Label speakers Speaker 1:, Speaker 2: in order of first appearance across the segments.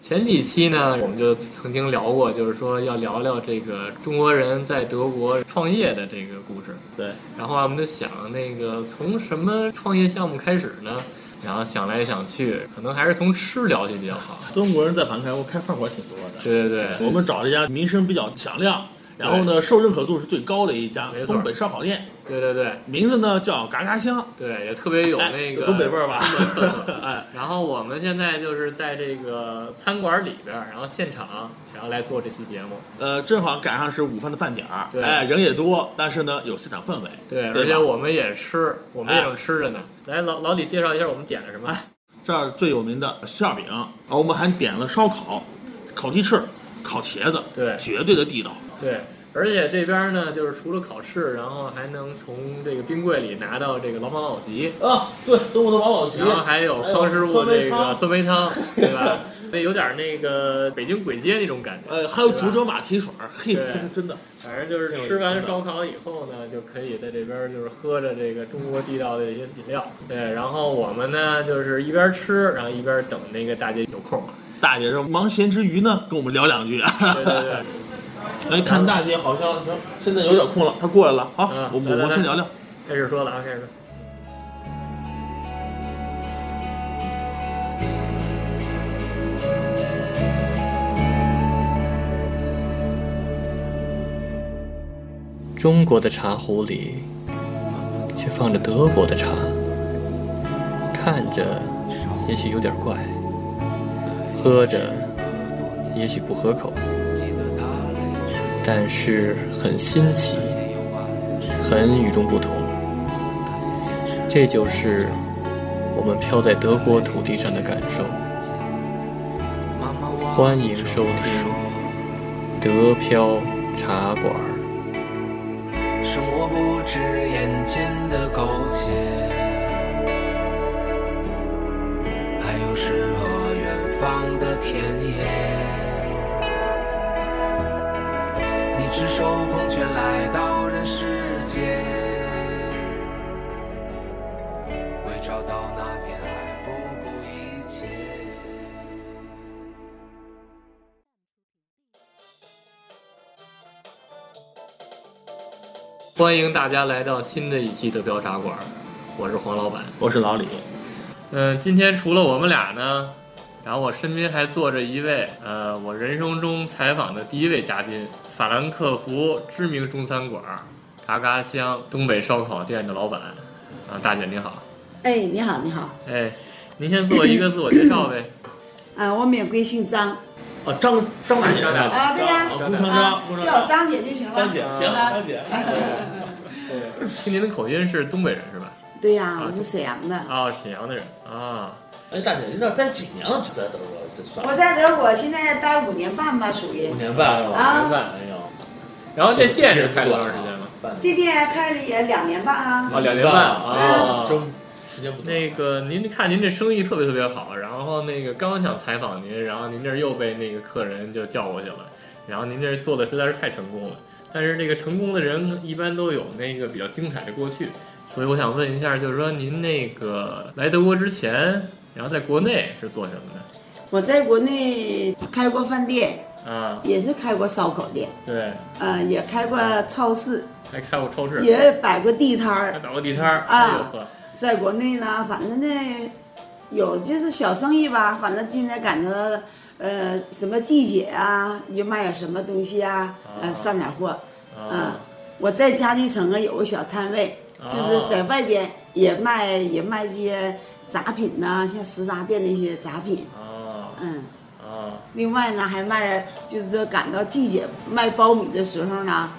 Speaker 1: 前几期呢，我们就曾经聊过，就是说要聊聊这个中国人在德国创业的这个故事。
Speaker 2: 对，
Speaker 1: 然后啊我们就想那个从什么创业项目开始呢？然后想来想去，可能还是从吃聊起比较好。
Speaker 2: 中国人在盘开开饭馆挺多的。
Speaker 1: 对对对，
Speaker 2: 我们找这家名声比较响亮，然后呢受认可度是最高的一家
Speaker 1: 没错
Speaker 2: 东北烧烤店，
Speaker 1: 对对对
Speaker 2: 名字呢叫嘎嘎香，
Speaker 1: 对，也特别有
Speaker 2: 哎
Speaker 1: 那个
Speaker 2: 东北味 儿吧
Speaker 1: 特色
Speaker 2: 哎，
Speaker 1: 然后我们现在就是在这个餐馆里边儿，然后现场，然后来做这期节目。
Speaker 2: 呃，正好赶上是午饭的饭点儿，
Speaker 1: 对
Speaker 2: 哎，人也多，但是呢有现场氛围。
Speaker 1: 对，
Speaker 2: 对
Speaker 1: 而且
Speaker 2: 吧
Speaker 1: 我们也吃，我们也
Speaker 2: 哎
Speaker 1: 正吃着呢。来，老老李介绍一下我们点了什么？
Speaker 2: 这儿最有名的馅儿饼啊，我们还点了烧烤、烤鸡翅、烤茄子，
Speaker 1: 对
Speaker 2: 绝对的地道。
Speaker 1: 对，而且这边呢，就是除了考试，然后还能从这个冰柜里拿到这个劳保老吉，
Speaker 2: 啊，对，东北的王老吉
Speaker 1: 然后还有康师傅这个酸梅 汤，
Speaker 2: 梅汤
Speaker 1: 对吧？那有点那个北京簋街那种感觉。
Speaker 2: 呃，还有竹州马蹄水儿，嘿，
Speaker 1: 对
Speaker 2: 这是真的。
Speaker 1: 反正就是吃完烧烤以后呢，就可以在这边就是喝着这个中国地道的一些饮料。对，然后我们呢就是一边吃，然后一边等那个大姐有空。
Speaker 2: 大姐说忙闲之余呢，跟我们聊两句。
Speaker 1: 对对对，
Speaker 2: 哎，看大姐好像行，现在有点空了，她过来了。好，
Speaker 1: 嗯
Speaker 2: 我
Speaker 1: 来
Speaker 2: 我
Speaker 1: 来
Speaker 2: 我
Speaker 1: 来
Speaker 2: 先聊聊。
Speaker 1: 开始说了啊，开始说。中国的茶壶里，却放着德国的茶，看着也许有点怪，喝着也许不合口，但是很新奇，很与众不同。这就是我们飘在德国土地上的感受。欢迎收听德飘茶馆。
Speaker 3: 生活不止眼前的苟且，还有诗和远方的田野。你赤手空拳来到人世间，为找到那片爱不顾一切。
Speaker 1: 欢迎大家来到新的一期德飘茶馆，我是黄老板。
Speaker 2: 我是老李，
Speaker 1: 嗯、今天除了我们俩呢，然后我身边还坐着一位，呃，我人生中采访的第一位嘉宾——法兰克福知名中餐馆“嘎嘎香”东北烧烤店的老板啊，大姐您好。
Speaker 4: 哎，你好，你好，
Speaker 1: 哎，您先做一个自我介绍呗。
Speaker 4: 啊，我免贵姓张
Speaker 2: 啊，张张大姐，
Speaker 1: 张大姐
Speaker 4: 啊，对呀、
Speaker 2: 啊，
Speaker 1: 张
Speaker 2: 工
Speaker 1: 大
Speaker 2: 程
Speaker 1: 姐
Speaker 4: 啊
Speaker 2: 张，工，程
Speaker 4: 叫张姐就行了。
Speaker 2: 张姐，
Speaker 1: 啊
Speaker 2: 行，张姐，
Speaker 1: 对，听您的口音是东北人是吧？
Speaker 4: 对呀、我是沈阳的，
Speaker 1: 啊、沈阳的人啊。
Speaker 2: 哎，大姐，您这待几年了？在德国这算
Speaker 4: 我在德国现在待五年半吧，属于
Speaker 2: 五年半是
Speaker 1: 哦
Speaker 2: 吧？
Speaker 4: 啊
Speaker 2: 五年半，哎呦，
Speaker 1: 然后这店是开了多长时间了？
Speaker 2: 半年？
Speaker 4: 这店开了也两年半啊。
Speaker 1: 啊两年
Speaker 2: 年
Speaker 1: 半啊
Speaker 2: 啊，真时间不短。啊
Speaker 1: 那个您看您这生意特别特别好，然后那个刚想采访您，然后您这儿又被那个客人就叫过去了，然后您这儿做的实在是太成功了。但是这个成功的人一般都有那个比较精彩的过去，所以我想问一下，就是说您那个来德国之前，然后在国内是做什么的？
Speaker 4: 我在国内开过饭店，
Speaker 1: 啊，
Speaker 4: 也是开过烧烤店，
Speaker 1: 对，
Speaker 4: 呃，也开过超市，
Speaker 1: 还开过超市，
Speaker 4: 也摆过地摊
Speaker 1: 还
Speaker 4: 儿。
Speaker 1: 摆过地摊儿，
Speaker 4: 啊
Speaker 1: 哎呦呵，
Speaker 4: 在国内呢，反正呢，有就是小生意吧，反正今天赶着呃什么季节啊，就卖点什么东西啊，
Speaker 1: 啊
Speaker 4: 呃上点货。嗯
Speaker 1: 啊，
Speaker 4: 我在家里城啊有个小摊位，就是在外边也卖也卖一些杂品呐、像食杂店的一些杂品。
Speaker 1: 啊
Speaker 4: 嗯，
Speaker 1: 啊，
Speaker 4: 另外呢还卖，就是说赶到季节卖苞米的时候呢，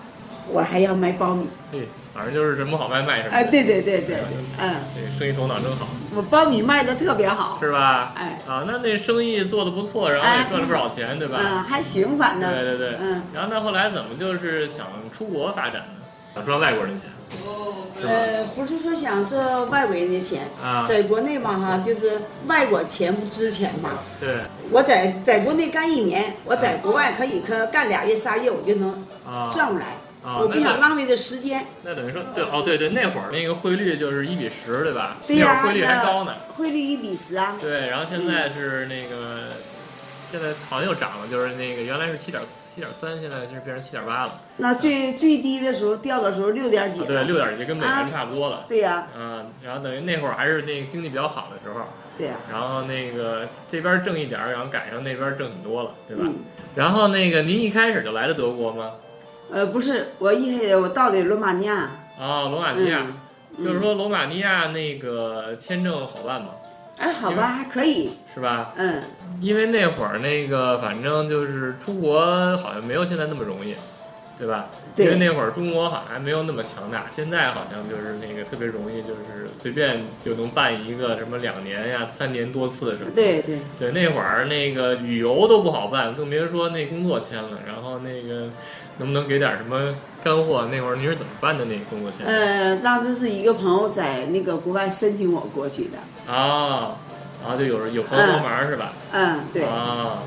Speaker 4: 我还要卖苞米。
Speaker 1: 对，反正就是什么好卖卖什么。
Speaker 4: 哎，对对对对对，嗯，
Speaker 1: 这生意头脑真好，
Speaker 4: 我苞米卖的特别好，
Speaker 1: 是吧？
Speaker 4: 哎
Speaker 1: 啊，那那生意做的不错，然后也赚了不少钱，对吧？
Speaker 4: 嗯，还行，反正，
Speaker 1: 对对对，
Speaker 4: 嗯，
Speaker 1: 然后那后来怎么就是想出国发展呢？想赚外国人钱
Speaker 4: 呃，不是说想挣外国人的钱，
Speaker 1: 啊？
Speaker 4: 在国内嘛哈，就是外国钱不值钱嘛，
Speaker 1: 对
Speaker 4: 我在在国内干一年，我在国外可以可干俩月仨月，我就能
Speaker 1: 啊
Speaker 4: 赚回来。
Speaker 1: 啊，
Speaker 4: 我不
Speaker 1: 那
Speaker 4: 想
Speaker 1: 等
Speaker 4: 浪费这时间。
Speaker 1: 那等于说对哦对对，那会儿那个汇率就是一比十，对吧？
Speaker 4: 对
Speaker 1: 那会
Speaker 4: 呀、
Speaker 1: 儿汇率还高呢。
Speaker 4: 那汇率一比十啊。
Speaker 1: 对，然后现在是那个现在好像又涨了，就是那个原来是七点七点三，现在就是变成七点八了。
Speaker 4: 那最最低的时候掉的时候六点几，
Speaker 1: 啊对，六点几跟美
Speaker 4: 啊
Speaker 1: 元差不多了。
Speaker 4: 对呀，
Speaker 1: 嗯，然后等于那会儿还是那个经济比较好的时候，
Speaker 4: 对呀，
Speaker 1: 然后那个这边挣一点儿，然后赶上那边挣很多了，对吧？
Speaker 4: 嗯
Speaker 1: 然后那个您一开始就来了德国吗？
Speaker 4: 呃，不是，我一开始我到的罗马尼亚，
Speaker 1: 啊、罗马尼亚，
Speaker 4: 嗯，
Speaker 1: 就是说罗马尼亚那个签证好办吗？
Speaker 4: 哎，好吧，还可以，
Speaker 1: 是吧？
Speaker 4: 嗯，
Speaker 1: 因为那会儿那个反正就是出国好像没有现在那么容易，对吧？
Speaker 4: 对
Speaker 1: 因为那会儿中国好像还没有那么强大，现在好像就是那个特别容易，就是随便就能办一个什么两年呀、三年多次什么的。
Speaker 4: 对对，
Speaker 1: 对，那会儿那个旅游都不好办，更别说那工作签了。然后那个能不能给点什么干货？那会儿你是怎么办的那个工作签？
Speaker 4: 呃，当时是一个朋友在那个国外申请我过去的，
Speaker 1: 啊，然后就有有朋友帮忙是吧？
Speaker 4: 嗯，对，
Speaker 1: 啊，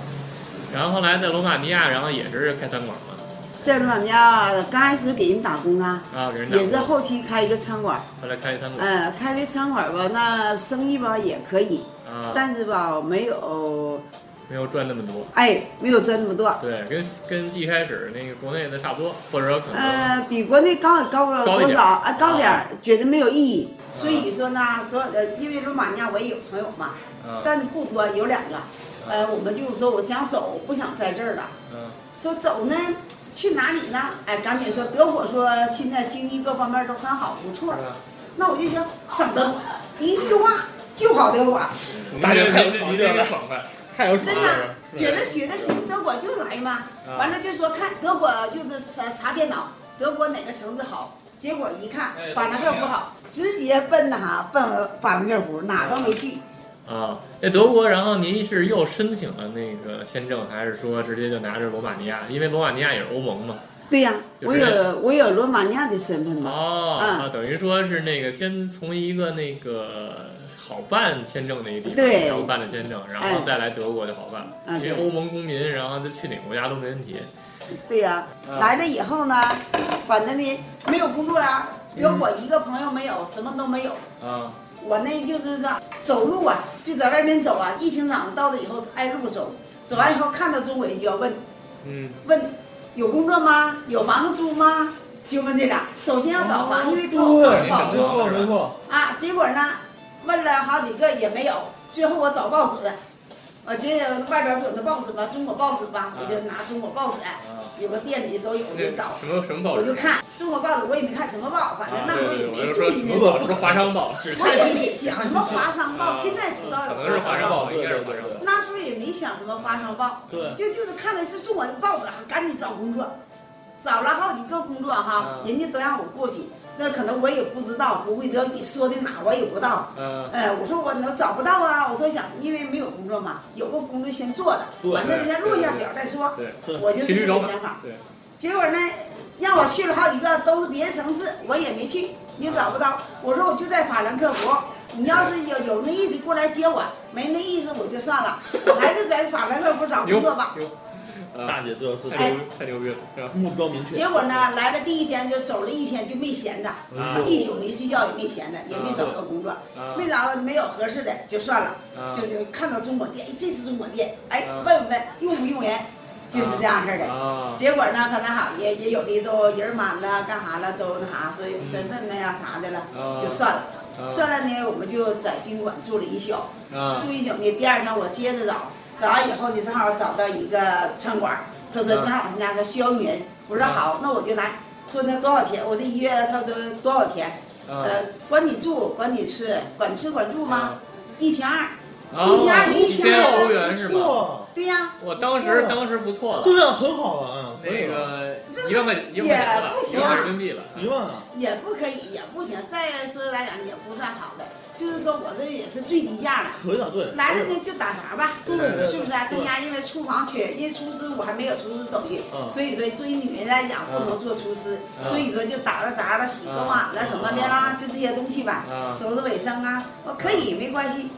Speaker 1: 然后后来在罗马尼亚，然后也是开餐馆嘛，
Speaker 4: 在罗马尼亚刚开始给人打工啊，
Speaker 1: 啊，给人打
Speaker 4: 也是
Speaker 1: 工，
Speaker 4: 后期开一个餐馆，
Speaker 1: 后来开一餐馆
Speaker 4: 嗯，开的餐馆吧，那生意吧也可以，
Speaker 1: 啊，
Speaker 4: 嗯但是吧没有，
Speaker 1: 没有赚那么多。
Speaker 4: 哎，没有赚那么多，
Speaker 1: 对，跟跟一开始那个国内的差不多，或者说可能
Speaker 4: 呃，比国内高高不了
Speaker 1: 高一
Speaker 4: 多
Speaker 1: 点
Speaker 4: 少啊，高点
Speaker 1: 啊
Speaker 4: 儿，觉得没有意义。所以说呢，昨呃，因为罗马尼亚我也有朋友嘛，
Speaker 1: 嗯
Speaker 4: 但是不多，有两
Speaker 1: 啊
Speaker 4: 个。呃，我们就是说我想走，不想在这儿了。
Speaker 1: 嗯
Speaker 4: 说走呢，去哪里呢？哎，赶紧说德国说现在经济各方面都很好，不错。
Speaker 1: 啊
Speaker 4: 那我就想上德国，一句话就跑德国，
Speaker 1: 大家看你这个 爽快，
Speaker 2: 太有
Speaker 4: 真的。啊觉得学的行，德国就来嘛。
Speaker 1: 啊
Speaker 4: 完了就说看德国就是查查电脑，德国哪个城市好。结果一看
Speaker 1: 哎，
Speaker 4: 法兰克福好，直接奔哪奔法兰克福，哪都没去。
Speaker 1: 啊，在德国，然后您是又申请了那个签证，还是说直接就拿着罗马尼亚？因为罗马尼亚也是欧盟嘛。
Speaker 4: 对呀、
Speaker 1: 就
Speaker 4: 我
Speaker 1: 是
Speaker 4: 有我有罗马尼亚的身份嘛。
Speaker 1: 哦，
Speaker 4: 嗯
Speaker 1: 啊，等于说是那个先从一个那个好办签证的一个地方，
Speaker 4: 对
Speaker 1: 然后办了签证，然后
Speaker 4: 哎
Speaker 1: 再来德国就好办了，
Speaker 4: 啊
Speaker 1: 因为
Speaker 4: 对
Speaker 1: 欧盟公民，然后就去哪个国家都没问题。
Speaker 4: 对呀、
Speaker 1: 啊
Speaker 4: 来了以后呢，反正呢没有工作啊，有我一个朋友没有，什么都没有。
Speaker 1: 啊
Speaker 4: 我呢就是这走路啊，就在外面走啊，一清早到了以后挨路走，走完以后看到周围就要问
Speaker 1: 嗯
Speaker 4: 问有工作吗？有房子租吗？就问这俩，首先要找房，因为租房不好
Speaker 1: 哦对
Speaker 4: 租
Speaker 1: 错没
Speaker 2: 错，
Speaker 4: 啊。结果呢，问了好几个也没有，最后我找报纸，我觉得外边不有那报纸吗？中国报纸
Speaker 1: 啊
Speaker 4: 吧，我就拿中国报纸，
Speaker 1: 嗯
Speaker 4: 有个店里都有，我
Speaker 1: 那
Speaker 4: 就找。
Speaker 1: 什么什么报
Speaker 4: 我
Speaker 1: 纸
Speaker 4: 就？看中国报纸，我也没看什么报，反
Speaker 1: 啊
Speaker 4: 正，那
Speaker 1: 对
Speaker 4: 会儿
Speaker 1: 对，
Speaker 4: 也
Speaker 1: 我
Speaker 4: 没
Speaker 1: 就
Speaker 4: 注
Speaker 1: 说
Speaker 4: 意
Speaker 1: 什
Speaker 4: 那
Speaker 1: 么
Speaker 4: 个
Speaker 1: 报纸？华商 报，只
Speaker 4: 我
Speaker 1: 看
Speaker 4: 也没想什么华商报，现在知道
Speaker 1: 啊可
Speaker 4: 有
Speaker 1: 能是华商报，应该是华商报。
Speaker 4: 那时候也没想什么华商报，
Speaker 2: 对
Speaker 4: 就就是看的是中国的报纸，赶紧找工作，找了好几个工作哈，
Speaker 1: 嗯
Speaker 4: 人家都让我过去，那可能我也不知道，不会德语，说的哪我也不知道。
Speaker 1: 嗯
Speaker 4: 哎，我说我能找不到啊！我说想，因为没有工作嘛，有个工作先做着，
Speaker 1: 对
Speaker 4: 反正先落一下脚再说。
Speaker 1: 对，
Speaker 4: 我就是
Speaker 1: 骑驴
Speaker 4: 这
Speaker 1: 找
Speaker 4: 个
Speaker 1: 马
Speaker 4: 想法。
Speaker 1: 对，
Speaker 4: 结果呢，让我去了好几个都是别的城市，我也没去，也找不到。我说我就在法兰克福，你要是有有那意思过来接我，没那意思我就算了，我还是在法兰克福找工
Speaker 1: 牛
Speaker 4: 作吧。
Speaker 1: 牛，
Speaker 2: 大姐这是
Speaker 1: 呃太牛太牛逼了，是吧？
Speaker 2: 目标明确。
Speaker 4: 结果呢，来了第一天就走了一天，就没闲着，
Speaker 1: 啊
Speaker 4: 一宿没睡觉也没闲着，也没找到工作，
Speaker 1: 嗯
Speaker 4: 没找到没有合适的就算了，
Speaker 1: 啊
Speaker 4: 就就看到中国店，哎，这是中国店，哎
Speaker 1: 啊，
Speaker 4: 问问用不用人，就是这样式儿的。
Speaker 1: 啊，
Speaker 4: 结果呢，可能好也也有的都人满了，干啥了都那啥，说有身份了呀啥的了，
Speaker 1: 啊
Speaker 4: 就算了。
Speaker 1: 啊
Speaker 4: 算了呢，我们就在宾馆住了一宿，
Speaker 1: 啊
Speaker 4: 住一宿呢。第二天我接着找，找完以后呢，正好找到一个餐馆，他说
Speaker 1: 啊
Speaker 4: 正好现在他需要女人，我说好，那我就来。说那多少钱？我这一月他说多少钱？
Speaker 1: 嗯
Speaker 4: 呃，管你住，管你吃，管吃管住吗
Speaker 1: 啊？
Speaker 4: 一千二，
Speaker 1: 啊，
Speaker 4: 一千二一千
Speaker 1: 千
Speaker 4: 二
Speaker 1: 欧元是吗？
Speaker 2: 哇，
Speaker 4: 对呀，
Speaker 1: 我当时当时不错了，
Speaker 2: 对啊，很好了啊，可以
Speaker 1: 那
Speaker 2: 了
Speaker 1: 个一万块一万块钱了，一万人民币了，
Speaker 2: 一万啊，
Speaker 4: 也不可以，也不行。再说来讲也不算好的，就是说我这也是最低价了。
Speaker 2: 可以了，对，
Speaker 4: 来了呢就打杂吧，
Speaker 2: 对对对
Speaker 4: 是不是、啊？他家因为厨房缺，因为厨师我还没有厨师手续，
Speaker 2: 嗯
Speaker 4: 所以说作为女人来讲
Speaker 1: 嗯
Speaker 4: 不能做厨师，
Speaker 1: 嗯
Speaker 4: 所以说就打个杂了、洗个碗
Speaker 2: 嗯
Speaker 4: 了什么的啦，就这些东西吧，
Speaker 1: 嗯
Speaker 4: 收拾卫生啊，我可以
Speaker 2: 嗯
Speaker 4: 没关系。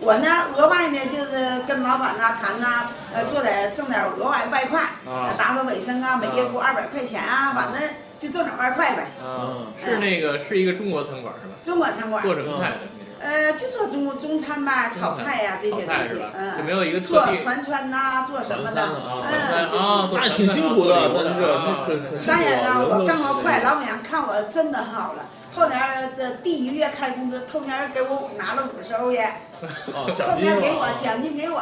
Speaker 4: 我呢，额外呢就是跟老板呐、谈呐、
Speaker 2: 嗯
Speaker 4: 呃，做点挣点额外外快，
Speaker 1: 啊
Speaker 4: 打扫卫生啊，每月给我二百块钱
Speaker 2: 嗯
Speaker 4: 啊，反正就挣点外快呗。
Speaker 1: 啊，是那个是一个中国餐馆是吧？
Speaker 4: 中国餐馆
Speaker 1: 做什么菜的？那是
Speaker 4: 呃，就做中中餐吧，炒菜呀、这些
Speaker 1: 炒菜
Speaker 4: 东
Speaker 1: 是
Speaker 4: 西
Speaker 1: 吧，
Speaker 4: 嗯，
Speaker 1: 就没有一个特
Speaker 4: 做
Speaker 1: 定
Speaker 4: 团餐呐、做什么
Speaker 1: 团
Speaker 4: 的，
Speaker 1: 餐啊，团
Speaker 4: 嗯，
Speaker 1: 餐
Speaker 4: 就
Speaker 1: 啊，做
Speaker 4: 是
Speaker 2: 那
Speaker 1: 团餐
Speaker 2: 挺辛苦的，
Speaker 1: 啊
Speaker 2: 那
Speaker 1: 做
Speaker 2: 这
Speaker 1: 礼物
Speaker 2: 个
Speaker 1: 啊
Speaker 2: 那很很辛
Speaker 4: 当
Speaker 2: 苦
Speaker 4: 然
Speaker 2: 啊。
Speaker 4: 了，
Speaker 2: 人
Speaker 4: 我
Speaker 2: 都
Speaker 4: 干活快，
Speaker 2: 是
Speaker 4: 老板看我真的好了。后来的第一月开工资，头年儿给我拿了五十欧元，
Speaker 1: 哦，
Speaker 4: 后
Speaker 1: 奖金啊
Speaker 4: 年儿
Speaker 1: 是
Speaker 4: 给
Speaker 1: 吧
Speaker 4: 我奖金给我，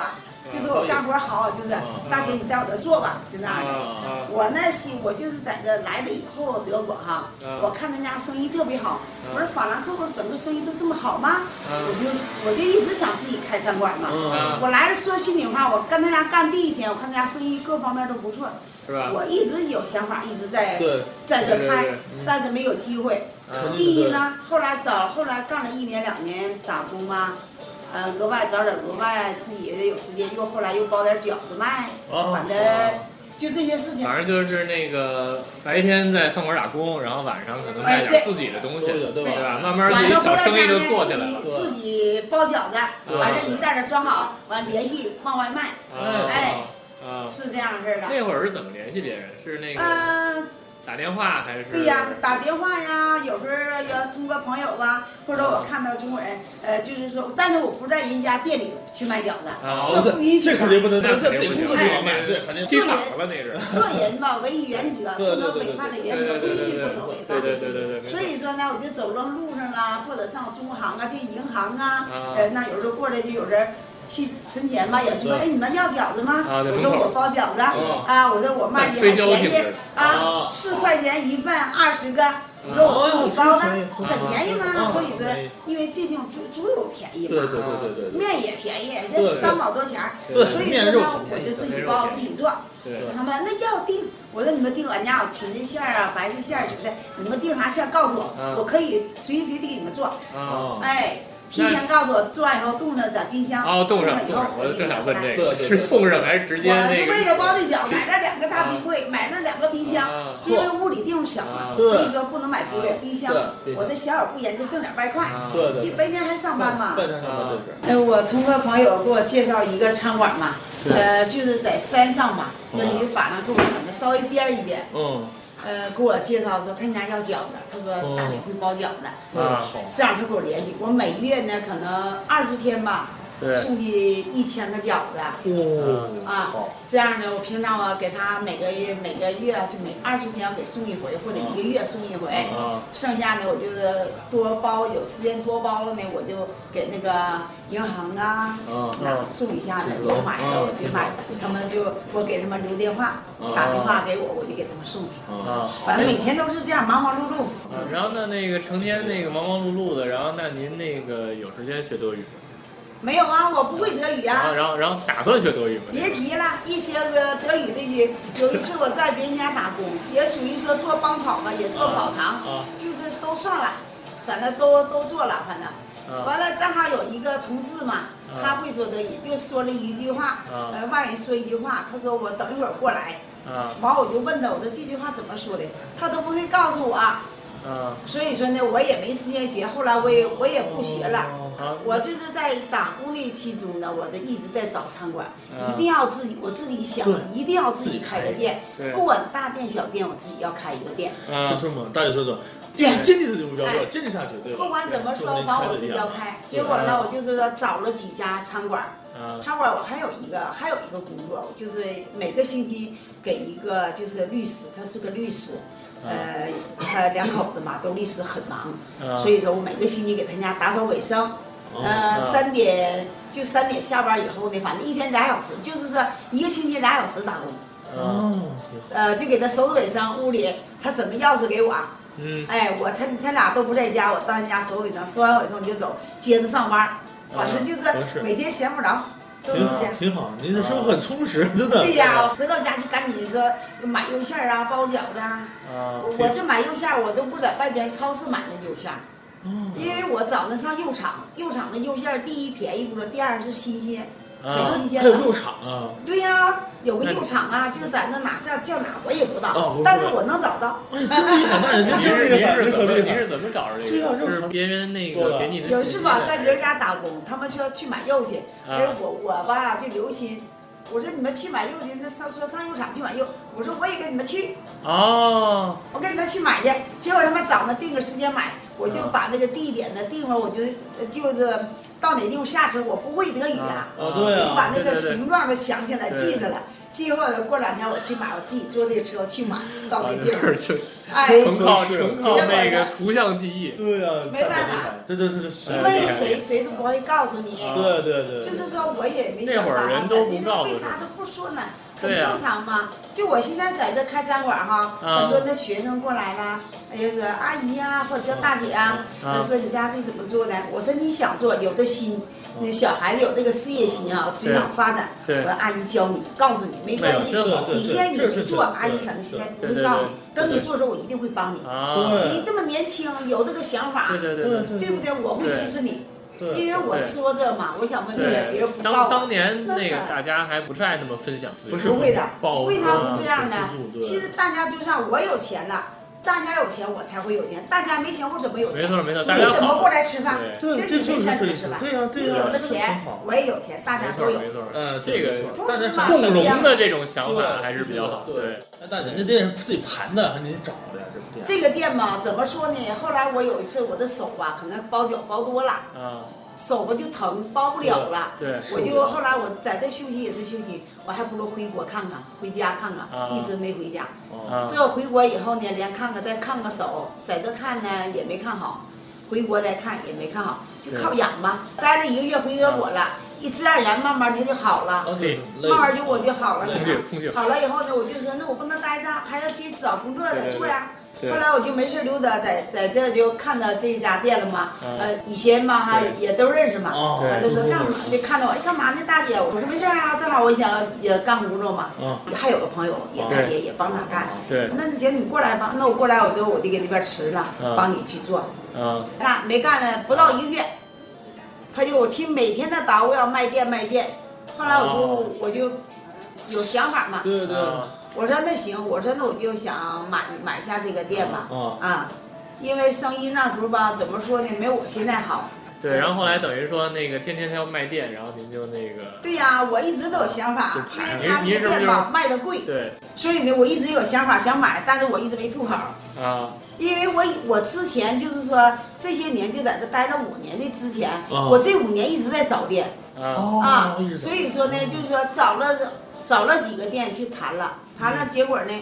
Speaker 4: 就是我干活好，就是大姐你在我这做吧，就那
Speaker 1: 啊
Speaker 4: 样的。
Speaker 1: 啊
Speaker 4: 我呢，西我就是在这来了以后，德国哈，
Speaker 1: 嗯
Speaker 4: 我看他家生意特别好，
Speaker 1: 嗯
Speaker 4: 我说法兰克福整个生意都这么好吗？
Speaker 1: 嗯
Speaker 4: 我就我就一直想自己开餐馆嘛。
Speaker 1: 啊，
Speaker 4: 我来了，说心里话，我跟他家干第一天，我看他家生意各方面都不错，
Speaker 1: 是吧？
Speaker 4: 我一直有想法，一直在
Speaker 2: 对，
Speaker 4: 在这
Speaker 1: 啊对对
Speaker 4: 开
Speaker 1: 对，
Speaker 4: 但是没有机会。
Speaker 1: 嗯
Speaker 4: 第一呢，后来找后来干了一年两年打工吧，呃，额外找点额外自己有时间，又后来又包点饺子卖，
Speaker 2: 哦
Speaker 4: 反正就这些事情。
Speaker 1: 反正就是那个白天在饭馆打工，然后晚上可能卖点自己的东西，
Speaker 2: 哎对
Speaker 1: 对
Speaker 2: 对
Speaker 1: 吧？
Speaker 2: 对
Speaker 1: 慢慢自
Speaker 4: 晚
Speaker 1: 己
Speaker 4: 上
Speaker 1: 小
Speaker 4: 回
Speaker 1: 生意
Speaker 4: 来
Speaker 1: 就
Speaker 4: 干
Speaker 1: 做
Speaker 4: 自
Speaker 1: 起来
Speaker 4: 己
Speaker 1: 了。
Speaker 4: 自己包饺子，完事一袋袋装好，完联系往外卖，
Speaker 1: 啊
Speaker 4: 哎
Speaker 1: 啊！
Speaker 4: 是这样式儿的。
Speaker 1: 那会儿是怎么联系别人？是那个
Speaker 4: 嗯，
Speaker 1: 打电话还是？
Speaker 4: 对呀，打电话呀，有时候要通过朋友啊，或者我看到中国人，呃，就是说，但是我不在人家店里去卖饺子，
Speaker 1: 啊，
Speaker 4: 这不允许
Speaker 2: 哦这肯定不能，
Speaker 1: 那
Speaker 2: 那
Speaker 1: 肯
Speaker 2: 在自
Speaker 1: 定
Speaker 2: 己
Speaker 1: 不行，
Speaker 2: 工作地方卖，这肯定不
Speaker 1: 机
Speaker 2: 行。
Speaker 1: 场了那是。
Speaker 4: 做人吧，唯原则，不
Speaker 2: 对对对
Speaker 4: 能违反了
Speaker 1: 对
Speaker 4: 原则，
Speaker 1: 对
Speaker 4: 不
Speaker 1: 对
Speaker 4: 允
Speaker 1: 对
Speaker 4: 许
Speaker 1: 对
Speaker 4: 不能违反。
Speaker 1: 对对对对。
Speaker 4: 所以说呢，我就走到路上啦，或者上中行啊，去银行啊，
Speaker 1: 啊
Speaker 4: 呃，那有时候过来就有人去存钱吧，也说，
Speaker 2: 对
Speaker 4: 哎，你们要饺子吗？
Speaker 1: 啊对
Speaker 4: 我说
Speaker 1: 门口
Speaker 4: 我包饺子，
Speaker 1: 哦
Speaker 4: 啊，我说我卖的
Speaker 1: 推
Speaker 4: 很
Speaker 1: 销性
Speaker 4: 便
Speaker 1: 质
Speaker 4: 宜啊
Speaker 2: 哦，
Speaker 4: 四块钱一份，二十个。我
Speaker 1: 嗯
Speaker 4: 说我自己包
Speaker 1: 哦
Speaker 4: 的，很便宜嘛。
Speaker 2: 啊
Speaker 4: 所以说
Speaker 1: 哎
Speaker 2: 便宜，
Speaker 4: 因为这地方猪猪肉便宜
Speaker 2: 对对
Speaker 4: 嘛，
Speaker 2: 对对对对，
Speaker 4: 面也便宜，
Speaker 2: 对
Speaker 4: 这三毛多钱儿。
Speaker 2: 对
Speaker 4: 所以
Speaker 2: 面
Speaker 4: 说
Speaker 2: 肉
Speaker 4: 呢
Speaker 2: 很，
Speaker 4: 我
Speaker 2: 便宜
Speaker 4: 就自
Speaker 1: 面
Speaker 4: 己
Speaker 1: 肉
Speaker 4: 包
Speaker 1: 便
Speaker 4: 自
Speaker 1: 宜
Speaker 4: 己做。
Speaker 1: 对
Speaker 4: 他们那要定，我说你们定俺家有芹菜馅儿啊、白菜馅儿、韭菜，你们定啥馅儿告诉我，
Speaker 1: 嗯
Speaker 4: 我可以随时随地给你们做。
Speaker 1: 啊。
Speaker 4: 哎，提前告诉我，做完以后冻着在冰箱。
Speaker 1: 哦，冻上
Speaker 4: 了以
Speaker 1: 冻
Speaker 4: 后
Speaker 1: 上，我
Speaker 4: 给
Speaker 1: 正
Speaker 4: 你
Speaker 1: 想
Speaker 4: 们
Speaker 1: 问
Speaker 4: 来
Speaker 1: 这个，是冻上还是直接
Speaker 4: 我
Speaker 1: 那
Speaker 4: 是
Speaker 1: 个？
Speaker 4: 为了包这饺，买了两个大冰柜，买了两个冰箱
Speaker 1: 啊，
Speaker 4: 因为屋里地方小
Speaker 1: 啊，
Speaker 4: 嘛所以说不能买冰柜
Speaker 1: 啊
Speaker 4: 冰箱
Speaker 2: 对冰。箱
Speaker 4: 我这小小不言，就挣点外快。
Speaker 1: 啊
Speaker 2: 对对
Speaker 4: 你
Speaker 2: 对，
Speaker 4: 白天还上班吗？
Speaker 2: 半天上班就是。
Speaker 4: 哎，我通过朋友给我介绍一个餐馆嘛，
Speaker 1: 对哦
Speaker 4: 呃，就是在山上嘛，就离法兰克福可能稍微边儿一点。
Speaker 2: 嗯，
Speaker 4: 呃，给我介绍说他家要饺子，他
Speaker 1: 哦
Speaker 4: 说大姐会包饺子，
Speaker 1: 啊
Speaker 2: 好，
Speaker 4: 这样他给我联系，我每月呢可能二十天吧，
Speaker 1: 对
Speaker 4: 送去一千个饺子
Speaker 2: 哦，
Speaker 4: 啊
Speaker 2: 好，
Speaker 4: 这样呢，我平常我给他每个月每个月啊就每二十天我给送一回，或者一个月送一回，
Speaker 1: 啊
Speaker 4: 剩下呢我就是多包，有时间多包了呢，我就给那个银行啊，
Speaker 1: 哦
Speaker 2: 啊
Speaker 4: 那送一下子，
Speaker 2: 是的
Speaker 4: 我买了
Speaker 2: 啊
Speaker 4: 我就买，他们就我给他们留电话，打电话给我，我就给他们送去。
Speaker 1: 啊，
Speaker 2: 啊，
Speaker 1: 好
Speaker 4: 反正每天都是这样忙忙碌碌。
Speaker 1: 啊，然后呢，那个成天那个忙忙碌碌的，然后那您那个有时间学德语吗？
Speaker 4: 没有啊，我不会德语
Speaker 1: 然后
Speaker 4: 啊，
Speaker 1: 然后然后打算学德语吗？
Speaker 4: 别提了，一学个德语这句，有一次我在别人家打工，也属于说做帮跑嘛，也做跑堂
Speaker 1: 啊啊，
Speaker 4: 就是都上了，反正都都做了，反正。
Speaker 1: 啊
Speaker 4: 完了，正好有一个同事嘛，
Speaker 1: 啊
Speaker 4: 他会说德语，就说了一句话，
Speaker 1: 啊
Speaker 4: 呃，外人说一句话，他说我等一会儿过来，
Speaker 1: 啊
Speaker 4: 完我就问他，我说这句话怎么说的，他都不会告诉我，
Speaker 1: 啊
Speaker 4: 所以说呢，我也没时间学，后来我也我也不学了。
Speaker 1: 啊！
Speaker 4: 我就是在打工的期中呢，我就一直在找餐馆，
Speaker 1: 啊
Speaker 4: 一定要自己，我自己想
Speaker 2: 对，
Speaker 4: 一定要自己开个店
Speaker 1: 对，
Speaker 4: 不管大店小店，我自己要开一个店。
Speaker 1: 啊
Speaker 2: 就，这么，大姐说说，坚坚定自己目标，要坚持下去，对吧？
Speaker 4: 哎不管怎么说，
Speaker 2: 就
Speaker 4: 反正我自己要开。结果呢，我就是说找了几家餐馆，
Speaker 1: 啊
Speaker 4: 餐馆我还有一个还有一个工作，就是每个星期给一个就是律师，他是个律师，
Speaker 1: 嗯
Speaker 4: 呃，他两口子嘛都律师很忙，
Speaker 1: 啊
Speaker 4: 所以说我每个星期给他家打扫卫生，呃，
Speaker 2: 哦
Speaker 1: 啊
Speaker 4: 三点就三点下班以后呢，反正一天俩小时，就是说一个星期俩小时打工，
Speaker 1: 啊，
Speaker 2: 哦
Speaker 4: 呃，就给他收拾卫生，屋里他怎么钥匙给我，
Speaker 1: 嗯
Speaker 4: 哎，我他他俩都不在家，我到人家收拾卫生，收完卫生我就走，接着上班，反正就
Speaker 2: 哦合适
Speaker 4: 是每天闲不着，都是
Speaker 2: 挺
Speaker 4: 这
Speaker 2: 好
Speaker 4: 样，。嗯
Speaker 2: 挺好，您这生活很充实，真的。哦
Speaker 4: 对呀、我回到家就赶紧说买肉馅儿啊，包饺子啊。
Speaker 2: 哦
Speaker 1: 啊
Speaker 4: 我我这买肉馅儿，我都不在外边超市买那肉馅儿，
Speaker 2: 哦，
Speaker 4: 因为我早上上肉场，肉场的肉馅儿第一便宜不说，第二是新鲜，很
Speaker 1: 啊
Speaker 4: 新鲜
Speaker 2: 还有
Speaker 4: 的。
Speaker 2: 肉场啊，
Speaker 4: 对呀、有个肉场啊，就在那哪叫叫哪我也不知
Speaker 2: 哦
Speaker 4: 道
Speaker 2: 不，
Speaker 4: 但
Speaker 2: 知
Speaker 4: 是
Speaker 2: 道
Speaker 4: 我能找到。
Speaker 2: 哎，真厉害，大姐您
Speaker 1: 您
Speaker 2: 真厉 害，
Speaker 1: 啊是
Speaker 2: 您
Speaker 1: 怎
Speaker 2: 可
Speaker 1: 么
Speaker 2: 厉
Speaker 1: 您
Speaker 2: 害
Speaker 1: 是。怎么找着
Speaker 2: 对
Speaker 1: 这
Speaker 2: 啊
Speaker 1: 个？
Speaker 2: 肉
Speaker 1: 是
Speaker 2: 肠
Speaker 1: 别人那
Speaker 2: 说的
Speaker 1: 个给你的
Speaker 4: 有一
Speaker 1: 信
Speaker 4: 次
Speaker 1: 息
Speaker 4: 吧，
Speaker 1: 呢
Speaker 4: 在别人家打工，他们说去买肉去，
Speaker 1: 啊
Speaker 4: 哎、我我吧就留心，我说你们去买肉去，那上说上肉场去买肉，我说我也跟你们去，
Speaker 1: 哦
Speaker 4: 我跟你们去买去，结果他们早上定个时间买，我就把这个地点的地方，我就呃就是到哪地方下车，我不会德语啊，
Speaker 2: 哦对
Speaker 4: 我就把
Speaker 2: 啊，
Speaker 4: 那
Speaker 1: 对
Speaker 4: 个
Speaker 1: 对对
Speaker 4: 形状都想起来，
Speaker 1: 对
Speaker 4: 记着了。记后来过两天我去买，我自己坐这个车去买，到
Speaker 1: 啊
Speaker 4: 那地
Speaker 1: 这事儿
Speaker 4: 儿，
Speaker 1: 就
Speaker 4: 哎，
Speaker 1: 纯靠
Speaker 2: 是
Speaker 1: 纯靠那个图像记忆。
Speaker 2: 对呀，
Speaker 4: 没办法
Speaker 2: 太厉害了，这这这这谁
Speaker 4: 因
Speaker 1: 哎
Speaker 4: 为谁谁都不会告诉你，
Speaker 1: 啊
Speaker 2: 对对对，
Speaker 4: 就是说我也没
Speaker 1: 那
Speaker 4: 想
Speaker 1: 会
Speaker 4: 到
Speaker 1: 儿
Speaker 4: 啊，
Speaker 1: 人
Speaker 4: 咱
Speaker 1: 都
Speaker 4: 这
Speaker 1: 不
Speaker 4: 个
Speaker 1: 告
Speaker 4: 为
Speaker 1: 诉
Speaker 4: 啥
Speaker 1: 是
Speaker 4: 都不说呢？很
Speaker 1: 对啊
Speaker 4: 正常嘛。就我现在在这开餐馆哈，
Speaker 1: 啊
Speaker 4: 很多的学生过来啦，哎呀说阿姨呀、或者叫大姐啊，
Speaker 1: 啊
Speaker 4: 他说你家这怎么做的？我说你想做，有这心，那小孩子有这个事业心啊，
Speaker 1: 啊对
Speaker 4: 就想发展。
Speaker 1: 对
Speaker 4: 我说阿姨教你，告诉你没关系
Speaker 1: 哎呀真好，
Speaker 4: 你现在你
Speaker 2: 对对对
Speaker 4: 没做，
Speaker 2: 对对
Speaker 4: 阿姨可能现在不
Speaker 1: 对对
Speaker 4: 会告诉
Speaker 1: 对
Speaker 4: 你，等
Speaker 2: 对
Speaker 4: 你做的时候我一定会帮你。
Speaker 1: 啊，
Speaker 2: 对
Speaker 4: 你这么年轻，有这个想法，
Speaker 1: 对对
Speaker 2: 对
Speaker 1: 对
Speaker 2: 对
Speaker 4: 对不对？我会
Speaker 1: 对
Speaker 4: 支持你。
Speaker 2: 对，
Speaker 4: 因为我说这嘛，我想问你，别人不
Speaker 1: 当
Speaker 4: 报
Speaker 1: 当
Speaker 4: 我，
Speaker 1: 年那个大家还不是爱那么分享资源，
Speaker 2: 不是
Speaker 4: 不会的，
Speaker 1: 报
Speaker 4: 为啥
Speaker 1: 啊
Speaker 4: 不这样呢
Speaker 2: 不住？对
Speaker 4: 其实大家就像我有钱了，大家有钱我才会有钱，大家没钱我怎么有
Speaker 1: 没
Speaker 4: 钱？
Speaker 1: 错没错，大
Speaker 4: 你
Speaker 1: 家
Speaker 4: 怎么
Speaker 1: 好
Speaker 4: 过，来吃饭？
Speaker 1: 对，
Speaker 2: 这
Speaker 4: 那
Speaker 2: 这
Speaker 4: 你
Speaker 2: 就
Speaker 4: 没
Speaker 2: 是这
Speaker 4: 钱怎
Speaker 2: 意
Speaker 4: 么
Speaker 2: 思
Speaker 4: 吃饭，
Speaker 2: 对呀对
Speaker 4: 你
Speaker 2: 呀，
Speaker 4: 有
Speaker 2: 这个
Speaker 4: 了
Speaker 2: 很
Speaker 4: 钱
Speaker 2: 好，
Speaker 4: 我也有钱，大
Speaker 1: 没
Speaker 4: 家
Speaker 1: 错
Speaker 4: 都有
Speaker 1: 没。错，
Speaker 2: 嗯，
Speaker 1: 这个
Speaker 2: 没错
Speaker 4: 同
Speaker 2: 大家
Speaker 4: 时
Speaker 2: 想
Speaker 4: 嘛
Speaker 1: 共
Speaker 4: 大家
Speaker 1: 荣的这种想法
Speaker 2: 对
Speaker 1: 还是比较好，
Speaker 2: 对
Speaker 1: 对，，
Speaker 2: 那但人家店是自己盘的，还得找的呀，这不店。
Speaker 4: 这个店嘛，怎么说呢？后来我有一次我的手吧，可能包饺包多了，
Speaker 1: 啊，
Speaker 4: 手吧就疼，包不了了。
Speaker 1: 对，
Speaker 4: 我就后来我在这休息也是休息，我还不如回国看看，回家看
Speaker 1: 啊
Speaker 4: 看，一直没回家。
Speaker 2: 哦，
Speaker 1: 啊，
Speaker 4: 这回国以后呢，连看个再看个手，在这看呢也没看好，回国再看也没看好，就靠养吧。待了一个月回德国
Speaker 1: 啊
Speaker 4: 了，一自然而然慢慢它就好了，
Speaker 2: 哦对，累
Speaker 4: 慢慢就我就好了。
Speaker 1: 空姐嗯空姐，
Speaker 4: 好了以后呢，我就说那我不能待着，还要去找工作
Speaker 1: 对
Speaker 4: 的
Speaker 1: 对
Speaker 4: 做呀。
Speaker 1: 对
Speaker 4: 后来我就没事溜达，在在这就看到这一家店了嘛，
Speaker 1: 嗯
Speaker 4: 呃，以前嘛哈
Speaker 1: 对啊
Speaker 4: 也都认识嘛，
Speaker 2: 哦，
Speaker 1: 对
Speaker 4: 完了说干嘛就看到我，哎，干嘛呢，大姐？我说没事儿啊，正好我想也干工作嘛。
Speaker 2: 嗯
Speaker 4: 也还有个朋友也干，
Speaker 1: 啊对
Speaker 4: 也也帮他干。
Speaker 1: 对，啊
Speaker 4: 那行，你过来吧。那我过来，我就我就给那边辞了
Speaker 1: 嗯，
Speaker 4: 帮你去做。
Speaker 1: 啊，
Speaker 4: 干没干呢？不到一个月，他就我听每天的叨咕要卖店卖店。后来我就、
Speaker 1: 哦
Speaker 4: 我就有想法嘛，
Speaker 2: 对对，
Speaker 1: 啊
Speaker 4: 我说那行，我说那我就想买买下这个店吧。
Speaker 1: 哦
Speaker 2: 啊
Speaker 4: 啊，因为生意那时候吧，怎么说呢，没我现在好。
Speaker 1: 对，然后后来等于说那个天天他要卖店，然后您就那个，
Speaker 4: 对呀、我一直都有想法，因为他
Speaker 1: 您您
Speaker 4: 那
Speaker 1: 是
Speaker 4: 个
Speaker 1: 不是
Speaker 4: 店吧卖的贵，
Speaker 1: 对，
Speaker 4: 所以呢，我一直有想法想买，但是我一直没吐口，
Speaker 1: 啊，
Speaker 4: 因为我以我之前就是说这些年就在这待了五年的之前，
Speaker 2: 哦
Speaker 4: 我这五年一直在找店、
Speaker 1: 啊，
Speaker 4: 啊
Speaker 2: 哦，一直，
Speaker 4: 所以说呢，就是说找了找了几个店去谈了，谈
Speaker 2: 嗯
Speaker 4: 了结果呢，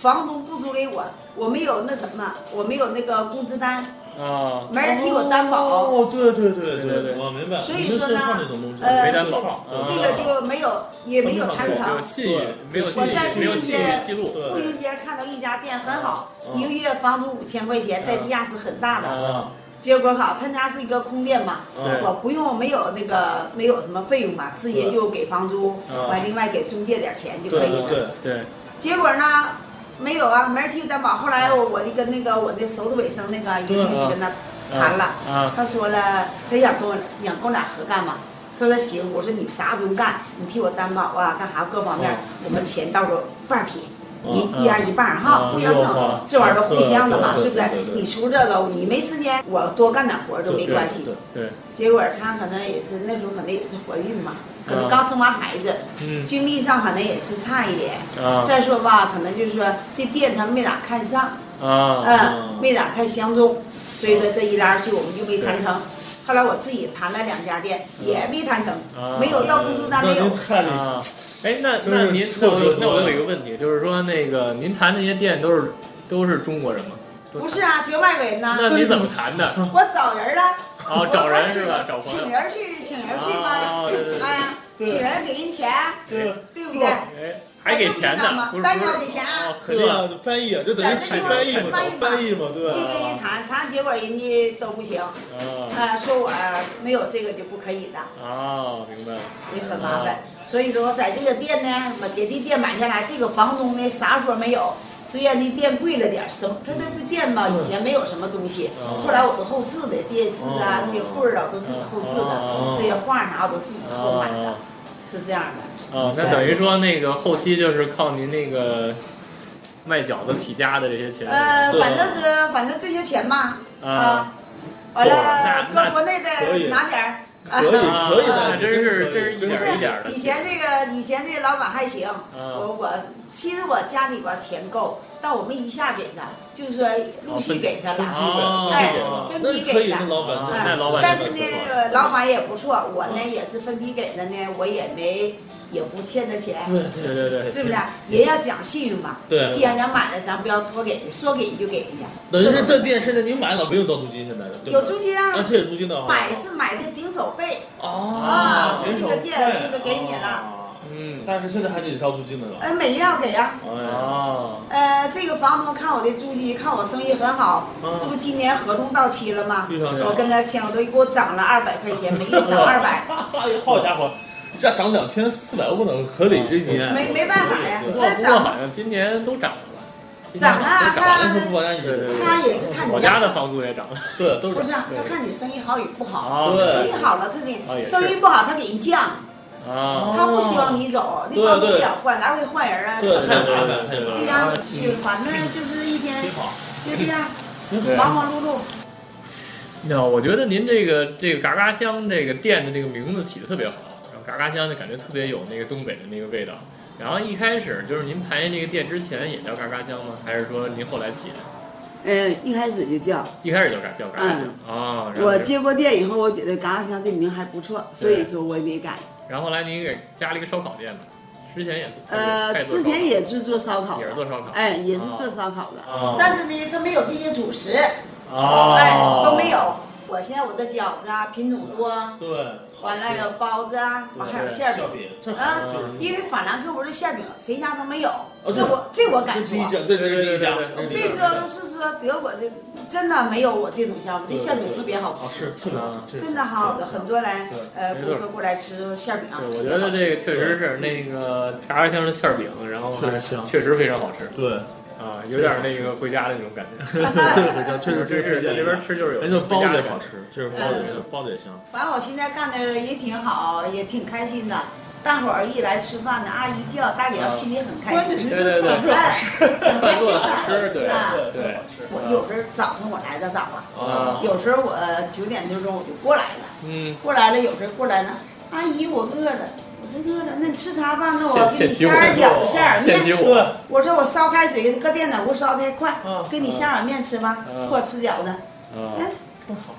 Speaker 4: 房东不租给我，我没有那什么，我没有那个工资单，
Speaker 1: 啊，
Speaker 4: 没人替我担保。
Speaker 2: 哦，对对对
Speaker 1: 对对对
Speaker 2: 我明白。
Speaker 4: 所以说
Speaker 2: 你们
Speaker 4: 呢
Speaker 2: 是靠那种东西，啊
Speaker 4: 呃
Speaker 1: 没担保啊
Speaker 2: 对
Speaker 4: 这个就没有，也没有谈
Speaker 1: 没有
Speaker 4: 成，
Speaker 1: 信誉，没有信誉，没有信誉记录，
Speaker 4: 步
Speaker 2: 对，
Speaker 4: 行街看到一家店很好，
Speaker 2: 嗯哦
Speaker 4: 一个月房租五千块钱，代币压是很大的。
Speaker 1: 啊，
Speaker 4: 结果好，他家是一个空店嘛，
Speaker 1: 对
Speaker 4: 我不用没有那个没有什么费用嘛，直接就给房租，
Speaker 1: 嗯
Speaker 4: 完另外给中介点钱就
Speaker 2: 对
Speaker 4: 可以
Speaker 2: 对
Speaker 4: 了。
Speaker 2: 对，
Speaker 1: 啊对，
Speaker 4: 结果呢，没有啊，没人替我担保。后来
Speaker 2: 嗯
Speaker 4: 我我就跟那个我的首都尾生那
Speaker 2: 啊
Speaker 4: 个一个律师跟他谈了，
Speaker 2: 嗯
Speaker 1: 啊，
Speaker 4: 他说了，他想跟我想跟我俩合干嘛？他说行，我说你啥也不用干，你替我担保啊，干啥各方
Speaker 2: 哦
Speaker 4: 面，我们钱到时候半儿平，
Speaker 1: 嗯
Speaker 4: 一一人一半儿哈，
Speaker 1: 嗯
Speaker 2: 哦
Speaker 4: 互相
Speaker 1: 嗯
Speaker 4: 整，这玩意儿都互相的嘛，
Speaker 2: 对
Speaker 4: 是
Speaker 2: 哦对
Speaker 4: 不是
Speaker 2: 对对？对
Speaker 4: 你出这个，你没时间，我多干点活儿都没关系
Speaker 2: 对。
Speaker 1: 对，
Speaker 4: 结果她可能也是那时候可能也是怀孕嘛，可
Speaker 1: 嗯
Speaker 4: 能刚生完孩子，
Speaker 1: 嗯，
Speaker 4: 精力上可能也是差一点。
Speaker 2: 嗯
Speaker 1: 啊
Speaker 4: 再说吧，可能就是说这店他没咋看上，
Speaker 1: 啊，
Speaker 4: 嗯，没咋太相中，所以说这一来二去我们就没谈成。后来我自己谈了两家店，也没谈成
Speaker 1: 啊，
Speaker 4: 没有要工资单，没
Speaker 2: 那
Speaker 4: 有
Speaker 2: 您。太厉害
Speaker 1: 啊，哎，那
Speaker 2: 真
Speaker 1: 那
Speaker 2: 是
Speaker 1: 您那
Speaker 2: 挫折
Speaker 1: 我那我
Speaker 2: 多
Speaker 1: 有
Speaker 2: 了
Speaker 1: 一个问题，就是说那个您谈那些店都是都是中国人吗？都
Speaker 4: 不是啊，绝外国人呐、
Speaker 1: 那你怎么谈的？
Speaker 4: 我找人了，
Speaker 1: 哦
Speaker 4: 我，
Speaker 1: 找人
Speaker 4: 我请
Speaker 1: 是吧？找朋
Speaker 4: 请
Speaker 1: 友。
Speaker 4: 人去，请人去
Speaker 1: 哦
Speaker 4: 吧
Speaker 1: 对对，对
Speaker 4: 哎呀，请人给人钱，
Speaker 2: 对，
Speaker 4: 对不对？
Speaker 1: 哎，还给钱呢？不是，
Speaker 4: 当
Speaker 1: 不
Speaker 4: 然要给
Speaker 1: 是。
Speaker 4: 钱啊，
Speaker 1: 哦，
Speaker 2: 肯定
Speaker 1: 呵，
Speaker 2: 要翻译，啊这等于请翻译嘛，找翻译嘛，对
Speaker 4: 就
Speaker 2: 吧？
Speaker 4: 跟人谈谈，结果人家都不行，
Speaker 1: 啊
Speaker 4: 啊，说我没有这个就不可以的，
Speaker 1: 哦，明白了。
Speaker 4: 也很麻
Speaker 2: 啊
Speaker 4: 烦。所以说，在这个店呢，把别的店买下来，这个房东呢啥说没有。虽然那店贵了点儿，什么他这个店
Speaker 2: 嗯
Speaker 4: 吧，以前没有什么东西，后来我都后置的，电视啊
Speaker 2: 嗯
Speaker 4: 这些柜儿啊，我都自己后置
Speaker 1: 哦
Speaker 4: 的，这些画儿啥我都自己后买的
Speaker 2: 嗯
Speaker 1: 哦，
Speaker 4: 是这样的。
Speaker 1: 哦，那等于说那个后期就是靠您那个卖饺子起家的这些钱。
Speaker 4: 呃，
Speaker 2: 嗯对
Speaker 4: 反正是反正这些钱吧，
Speaker 1: 啊
Speaker 4: 啊，完
Speaker 1: 那
Speaker 4: 了
Speaker 1: 那
Speaker 4: 搁国内
Speaker 2: 可以
Speaker 4: 再拿点儿，
Speaker 2: 可以可以
Speaker 1: 啊
Speaker 2: 的，
Speaker 1: 真是真是一
Speaker 4: 不
Speaker 1: 点
Speaker 4: 是
Speaker 1: 儿一点儿的。
Speaker 4: 以前这个以前这老板还行，
Speaker 2: 嗯
Speaker 4: 我我其实我家里边钱够，但我们一下给他，就是说陆续给他
Speaker 2: 哦分
Speaker 4: 了，
Speaker 2: 批呗，
Speaker 4: 哎
Speaker 1: 哦，
Speaker 4: 分
Speaker 2: 那
Speaker 4: 批
Speaker 2: 可
Speaker 4: 给
Speaker 2: 以，
Speaker 4: 他哎
Speaker 2: 那。老板
Speaker 1: 啊那老板
Speaker 4: 但
Speaker 1: 真
Speaker 4: 是
Speaker 1: 不
Speaker 4: 呢
Speaker 1: 错，
Speaker 4: 老板也不错，
Speaker 2: 嗯
Speaker 4: 我呢也是分批给的呢，我也没也不欠他钱，
Speaker 2: 对对对对
Speaker 4: 是不是？啊也要讲信用嘛。
Speaker 2: 对
Speaker 4: 既然咱买了，咱不要托给人，说给人就给人家。
Speaker 2: 等于是这店现在你买了没有交租金？现在对吧
Speaker 4: 有租金啊
Speaker 2: 啊，这有租金的啊，
Speaker 4: 买是买的顶手费，
Speaker 2: 啊
Speaker 4: 啊，
Speaker 2: 减
Speaker 4: 这
Speaker 2: 少
Speaker 4: 个店
Speaker 2: 费
Speaker 4: 就是给你了
Speaker 2: 啊
Speaker 1: 嗯，
Speaker 2: 但是现在还得交租金呢，是吧？
Speaker 4: 呃，每月要给啊。
Speaker 2: 哎，
Speaker 1: 哦，
Speaker 4: 呃，这个房东看我的租金，看我生意很好，
Speaker 2: 嗯
Speaker 4: 这不今年合同到期了吗？
Speaker 2: 又想涨
Speaker 4: 我跟他签，我都给我涨了二百块钱，每月涨 二百，
Speaker 2: 好家伙，这涨两千四百万呢，合理这一年
Speaker 4: 没没办法呀
Speaker 1: 不，过
Speaker 4: 那
Speaker 1: 不过
Speaker 4: 涨
Speaker 1: 好
Speaker 4: 吧。
Speaker 1: 像今年都涨了吧？今年
Speaker 4: 涨啊
Speaker 1: 都涨
Speaker 2: 那
Speaker 1: 了，
Speaker 2: 不不按你
Speaker 1: 对对对
Speaker 4: 他也是看
Speaker 1: 我
Speaker 4: 你
Speaker 1: 家
Speaker 4: 家
Speaker 1: 的房租也涨了。
Speaker 2: 对都
Speaker 4: 不
Speaker 2: 是
Speaker 4: 是啊，他看你生意好与不
Speaker 2: 啊
Speaker 4: 好，
Speaker 1: 哦
Speaker 4: 生意
Speaker 2: 对
Speaker 4: 好了他
Speaker 1: 哦也
Speaker 4: 得，
Speaker 1: 是
Speaker 4: 生意不好他给人降，
Speaker 1: 啊，
Speaker 4: 他不希望你走，那房东
Speaker 2: 哦对对
Speaker 4: 也换，来回换人啊，
Speaker 2: 对
Speaker 4: 是
Speaker 2: 太
Speaker 4: 吧
Speaker 2: 麻烦太麻
Speaker 4: 一
Speaker 2: 烦，
Speaker 4: 张就反正就是一天
Speaker 2: 挺好，
Speaker 4: 就这样
Speaker 1: 对
Speaker 4: 忙忙碌碌，
Speaker 1: 那我觉得您这个这个嘎嘎香这个店的这个名字起的特别好，然后嘎嘎香就感觉特别有那个东北的那个味道。然后一开始就是您排那个店之前也叫嘎嘎香吗？还是说您后来起的？
Speaker 4: 嗯，一开始就叫。
Speaker 1: 一开始就嘎叫嘎嘎香啊？然后
Speaker 4: 嗯我
Speaker 1: 就
Speaker 4: 接过店以后，我觉得嘎嘎香这名还不错，所以说我也没改。
Speaker 1: 然后后来您给加了一个烧烤店吧，之前也做
Speaker 4: 呃，之前也是做烧烤
Speaker 1: 也是
Speaker 4: 的，
Speaker 1: 做烧烤，哦
Speaker 4: 哎，也是做烧烤的，
Speaker 1: 啊
Speaker 4: 但是呢，它没有这些主食，
Speaker 1: 哦
Speaker 4: 哎，都没有。我现在我的饺子啊，品种多，
Speaker 2: 对，
Speaker 4: 完了有包子啊，完还有馅
Speaker 2: 馅
Speaker 4: 饼。
Speaker 2: 饼，这好
Speaker 4: 啊
Speaker 2: 像就是，
Speaker 4: 因为法兰克福的馅饼谁家都没有，
Speaker 1: 哦
Speaker 2: 对
Speaker 4: 这我这我敢
Speaker 2: 这第一
Speaker 4: 说。
Speaker 2: 项，对对对，第一项，
Speaker 4: 所以说是说德国的真的没有我这种项目，这馅饼特别
Speaker 1: 哦
Speaker 4: 好吃，
Speaker 2: 是特别好吃，
Speaker 4: 真的好好吃，很多来
Speaker 2: 对
Speaker 4: 呃
Speaker 1: 没错
Speaker 4: 顾客过来吃馅饼啊。
Speaker 1: 对，我觉得这个确实是那个炸花香的馅儿饼，然 后
Speaker 2: 确实香
Speaker 1: 确实非常好吃
Speaker 2: 对，
Speaker 1: 啊，有点那个回家的那种感 觉。
Speaker 2: 这个很香，确实
Speaker 1: 真
Speaker 2: 确
Speaker 1: 是
Speaker 2: 实
Speaker 1: 在这边吃就是有
Speaker 2: 哎，那包子也好吃，确实包子也香，包子也香，
Speaker 4: 反正我现在干的也挺好，也挺开心的。大伙儿一来吃饭呢，阿姨叫，大
Speaker 1: 啊
Speaker 4: 姐要心里很开
Speaker 2: 关键
Speaker 4: 心。
Speaker 2: 是
Speaker 1: 对对对，
Speaker 4: 哎，
Speaker 1: 饭做的好吃，对
Speaker 4: 啊
Speaker 1: 对
Speaker 4: 我有时候早上我来的早啊，
Speaker 1: 啊，
Speaker 4: 有时候我九点多钟我就过来了，
Speaker 1: 嗯，
Speaker 4: 过来了有时候过来了，阿姨我饿了，我说饿了，那你吃啥吧？那我给
Speaker 1: 现
Speaker 4: 你
Speaker 1: 起
Speaker 4: 下
Speaker 1: 我
Speaker 4: 点饺子，下点
Speaker 1: 现起
Speaker 4: 面。
Speaker 1: 我，
Speaker 4: 我说我烧开水，搁电脑锅烧太快
Speaker 1: 啊
Speaker 2: 嗯，
Speaker 4: 给你下碗面吃吧
Speaker 1: 嗯，
Speaker 4: 或者吃饺子。
Speaker 1: 啊，
Speaker 4: 哎，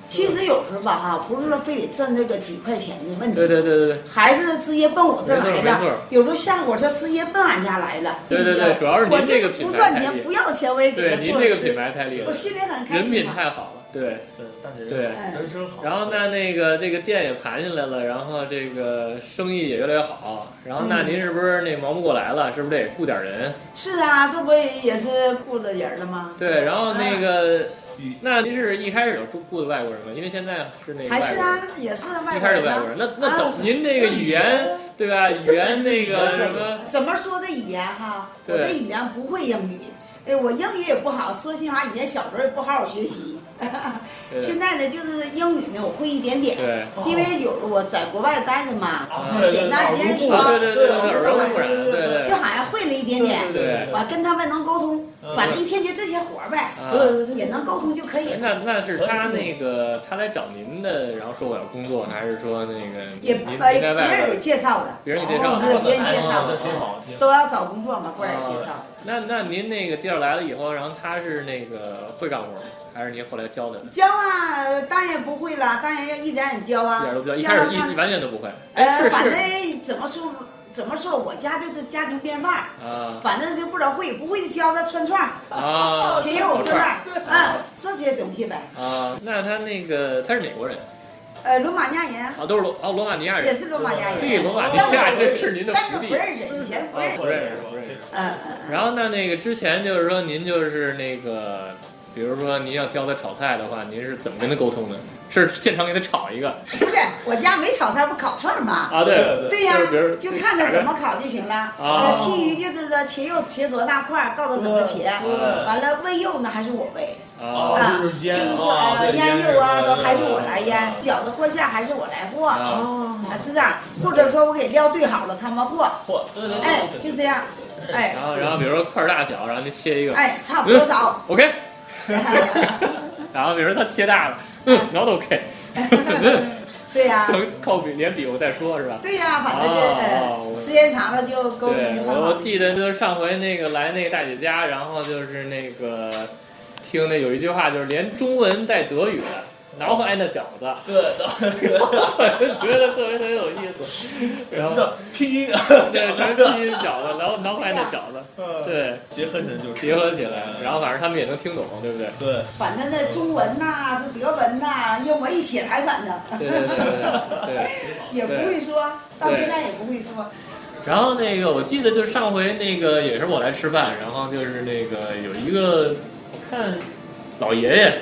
Speaker 4: 其实有时候吧哈，不是说非得挣这个几块钱的问题
Speaker 1: 对，对对对对。
Speaker 4: 孩子直接奔我这来
Speaker 1: 没错没错
Speaker 4: 了，有时候下火车直接奔俺家来了。
Speaker 1: 对对对主要是
Speaker 4: 我
Speaker 1: 您这个
Speaker 4: 就
Speaker 1: 品
Speaker 4: 不
Speaker 1: 牌
Speaker 4: 算
Speaker 1: 太厉
Speaker 4: 钱，
Speaker 1: 害
Speaker 4: 不要钱我也给
Speaker 1: 对，
Speaker 4: 他
Speaker 1: 您
Speaker 4: 做
Speaker 1: 这个品
Speaker 4: 吃，
Speaker 1: 牌太厉害
Speaker 4: 我
Speaker 1: 了，
Speaker 4: 心里很开
Speaker 1: 人
Speaker 4: 心
Speaker 1: 品
Speaker 4: 嘛。
Speaker 1: 太好了，对
Speaker 2: 对，大姐
Speaker 1: 对。
Speaker 2: 人生好，
Speaker 1: 然后那那个这个店也盘下来了，然后这个生意也越来越好。然后那您是不是那忙不过来了？是不是得雇点人？
Speaker 4: 是啊，这不也是雇着人了吗？啊
Speaker 1: 对，然后那个
Speaker 2: 嗯，
Speaker 1: 那您是一开始就住雇的外国人吗？因为现在是那个
Speaker 4: 还
Speaker 1: 外
Speaker 4: 是
Speaker 1: 国
Speaker 4: 啊
Speaker 1: 人，，
Speaker 4: 也是外
Speaker 1: 一
Speaker 4: 国
Speaker 1: 开始
Speaker 4: 人
Speaker 1: 就外
Speaker 4: 啊
Speaker 1: 国人。那那
Speaker 4: 啊
Speaker 1: 怎您这个语言对吧？语言那个什么？
Speaker 4: 怎么说这语言哈？我
Speaker 1: 对
Speaker 4: 这语言不会英语，哎，我英语也不好。说心里话，以前小时候也不好好学习，
Speaker 1: 对
Speaker 4: 现在呢，就是英语呢，我会一点点。
Speaker 1: 对
Speaker 4: 因为有我在国外待着嘛，
Speaker 2: 啊
Speaker 1: 对
Speaker 2: 对
Speaker 4: 简单别人
Speaker 2: 对
Speaker 4: 说，
Speaker 1: 啊对对对对，
Speaker 4: 我
Speaker 1: 耳
Speaker 4: 就
Speaker 1: 濡
Speaker 4: 好
Speaker 1: 目染，
Speaker 4: 像
Speaker 1: 对对
Speaker 4: 就好像会了一点点，
Speaker 2: 对对
Speaker 4: 我跟他们能沟通，
Speaker 1: 嗯
Speaker 4: 反正一天就这些活儿呗，
Speaker 1: 啊。
Speaker 4: 也能沟通就可以了。
Speaker 1: 那那是他那个他来找您的，然后说我要工作，还是说那个您
Speaker 4: 也
Speaker 1: 您您
Speaker 4: 呃别
Speaker 1: 在外
Speaker 4: 人
Speaker 1: 边
Speaker 4: 给介绍的，
Speaker 1: 别人给介绍啊
Speaker 4: 哦
Speaker 1: 的？
Speaker 4: 别人介绍
Speaker 2: 那
Speaker 4: 的，
Speaker 2: 挺好，挺好。
Speaker 4: 都要找工作嘛，过来介绍。
Speaker 1: 那那您那个介绍来了以后，然后他是那个会干活吗，还是您后来教的呢？
Speaker 4: 教啊，当然不会了，当然要一点点教
Speaker 1: 一
Speaker 4: 啊
Speaker 1: 点都不教，。一
Speaker 4: 教
Speaker 1: 开
Speaker 4: 啊
Speaker 1: 始一一完全都不会。哎，
Speaker 4: 呃，
Speaker 1: 是
Speaker 4: 反
Speaker 1: 是
Speaker 4: 正怎么说怎么说，我家就是家庭便饭，
Speaker 1: 啊
Speaker 4: 反正就不老会，不会就教他串串儿，
Speaker 1: 啊，
Speaker 4: 琴我
Speaker 1: 好
Speaker 4: 这
Speaker 1: 串儿
Speaker 4: 儿，嗯，这些东西呗。
Speaker 1: 啊。那他那个他是哪国人
Speaker 4: 呃，罗马尼亚人
Speaker 1: 啊？都是罗哦罗马尼亚
Speaker 4: 也
Speaker 1: 人。
Speaker 4: 是罗马尼亚
Speaker 1: 嘿，
Speaker 4: 人，
Speaker 1: 罗马尼亚真是您的
Speaker 4: 但
Speaker 1: 福
Speaker 4: 是
Speaker 1: 地
Speaker 4: 不。认识，以前不
Speaker 1: 啊，
Speaker 4: 认
Speaker 1: 不
Speaker 4: 识。
Speaker 1: 认识不认识。
Speaker 4: 嗯，
Speaker 1: 然后那那个之前就是说您就是那个，比如说您要教他炒菜的话，您是怎么跟他沟通的？是现场给他炒一个
Speaker 4: 不是，我家没炒菜不烤串儿吗？
Speaker 1: 啊？对
Speaker 2: 对
Speaker 4: 对呀
Speaker 1: 就是比如，
Speaker 4: 就看他怎么烤就行
Speaker 1: 啊
Speaker 4: 了。呃，其余就是说切肉切多大块儿，告诉他怎么切。
Speaker 2: 对
Speaker 4: 完了煨肉呢，还是我煨。
Speaker 1: 啊
Speaker 4: 啊，
Speaker 2: 就是
Speaker 4: 就
Speaker 2: 腌
Speaker 4: 是说呃
Speaker 2: 哦对
Speaker 4: 腌肉啊，
Speaker 2: 腌
Speaker 4: 都
Speaker 2: 肉
Speaker 4: 还是我来腌
Speaker 2: 对，对对
Speaker 4: 饺子和馅儿还是我来和，啊
Speaker 1: 啊
Speaker 4: 是这样，或者说我给料兑好了，他们和，
Speaker 2: 嚯，对对
Speaker 4: 哎，就这样，哎
Speaker 1: 然后然后比如说块儿大小，然后您切一个
Speaker 4: 哎，差不多少，
Speaker 1: ，OK，然后比如说他切大了，嗯，然后都 OK，
Speaker 4: 对呀、
Speaker 1: 靠比脸比划再说，是吧？
Speaker 4: 对呀、反正这
Speaker 1: 啊
Speaker 4: 呃
Speaker 1: 我
Speaker 4: 时间长了就沟通
Speaker 1: 对，
Speaker 4: 就很
Speaker 1: 我
Speaker 4: 好
Speaker 1: 我。记得就是上回那个来那个大姐家，然后就是那个听那有一句话，就是连中文带德语的，挠坏那饺子，
Speaker 5: 对对
Speaker 1: 我就觉得特别特别有意思。然后
Speaker 5: 对，拼音
Speaker 1: 对，全是拼音饺子，挠挠坏那饺子，
Speaker 5: 嗯，
Speaker 1: 对，
Speaker 5: 结合起来就是
Speaker 1: 结合起来，然后反正他们也能听懂，对不对？
Speaker 5: 对，
Speaker 4: 反正那中文呐、是德文呐、英文一起来，反正
Speaker 1: 对对对对对对。
Speaker 4: 也不会说，到现在也不会说。
Speaker 1: 然后那个我记得就是上回那个也是我来吃饭，然后就是那个有一个我看老爷爷，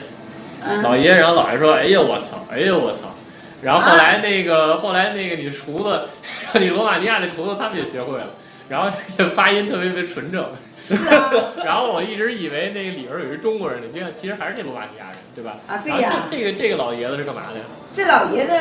Speaker 1: 老
Speaker 4: 嗯，啊
Speaker 1: 爷爷，然后老爷说：“哎呀，我操！哎呀，我操！”然后后来那个、后来那个你厨子， 你罗马尼亚的厨子他们也学会了，然后这发音特别特别纯正。
Speaker 4: 是啊，
Speaker 1: 然后我一直以为那个里边有一中国人呢，结果其实还是那罗马尼亚人，对吧？
Speaker 4: 啊对
Speaker 1: 然后
Speaker 4: 呀
Speaker 1: 这这个这个老爷子是干嘛的呀？
Speaker 4: 这老爷子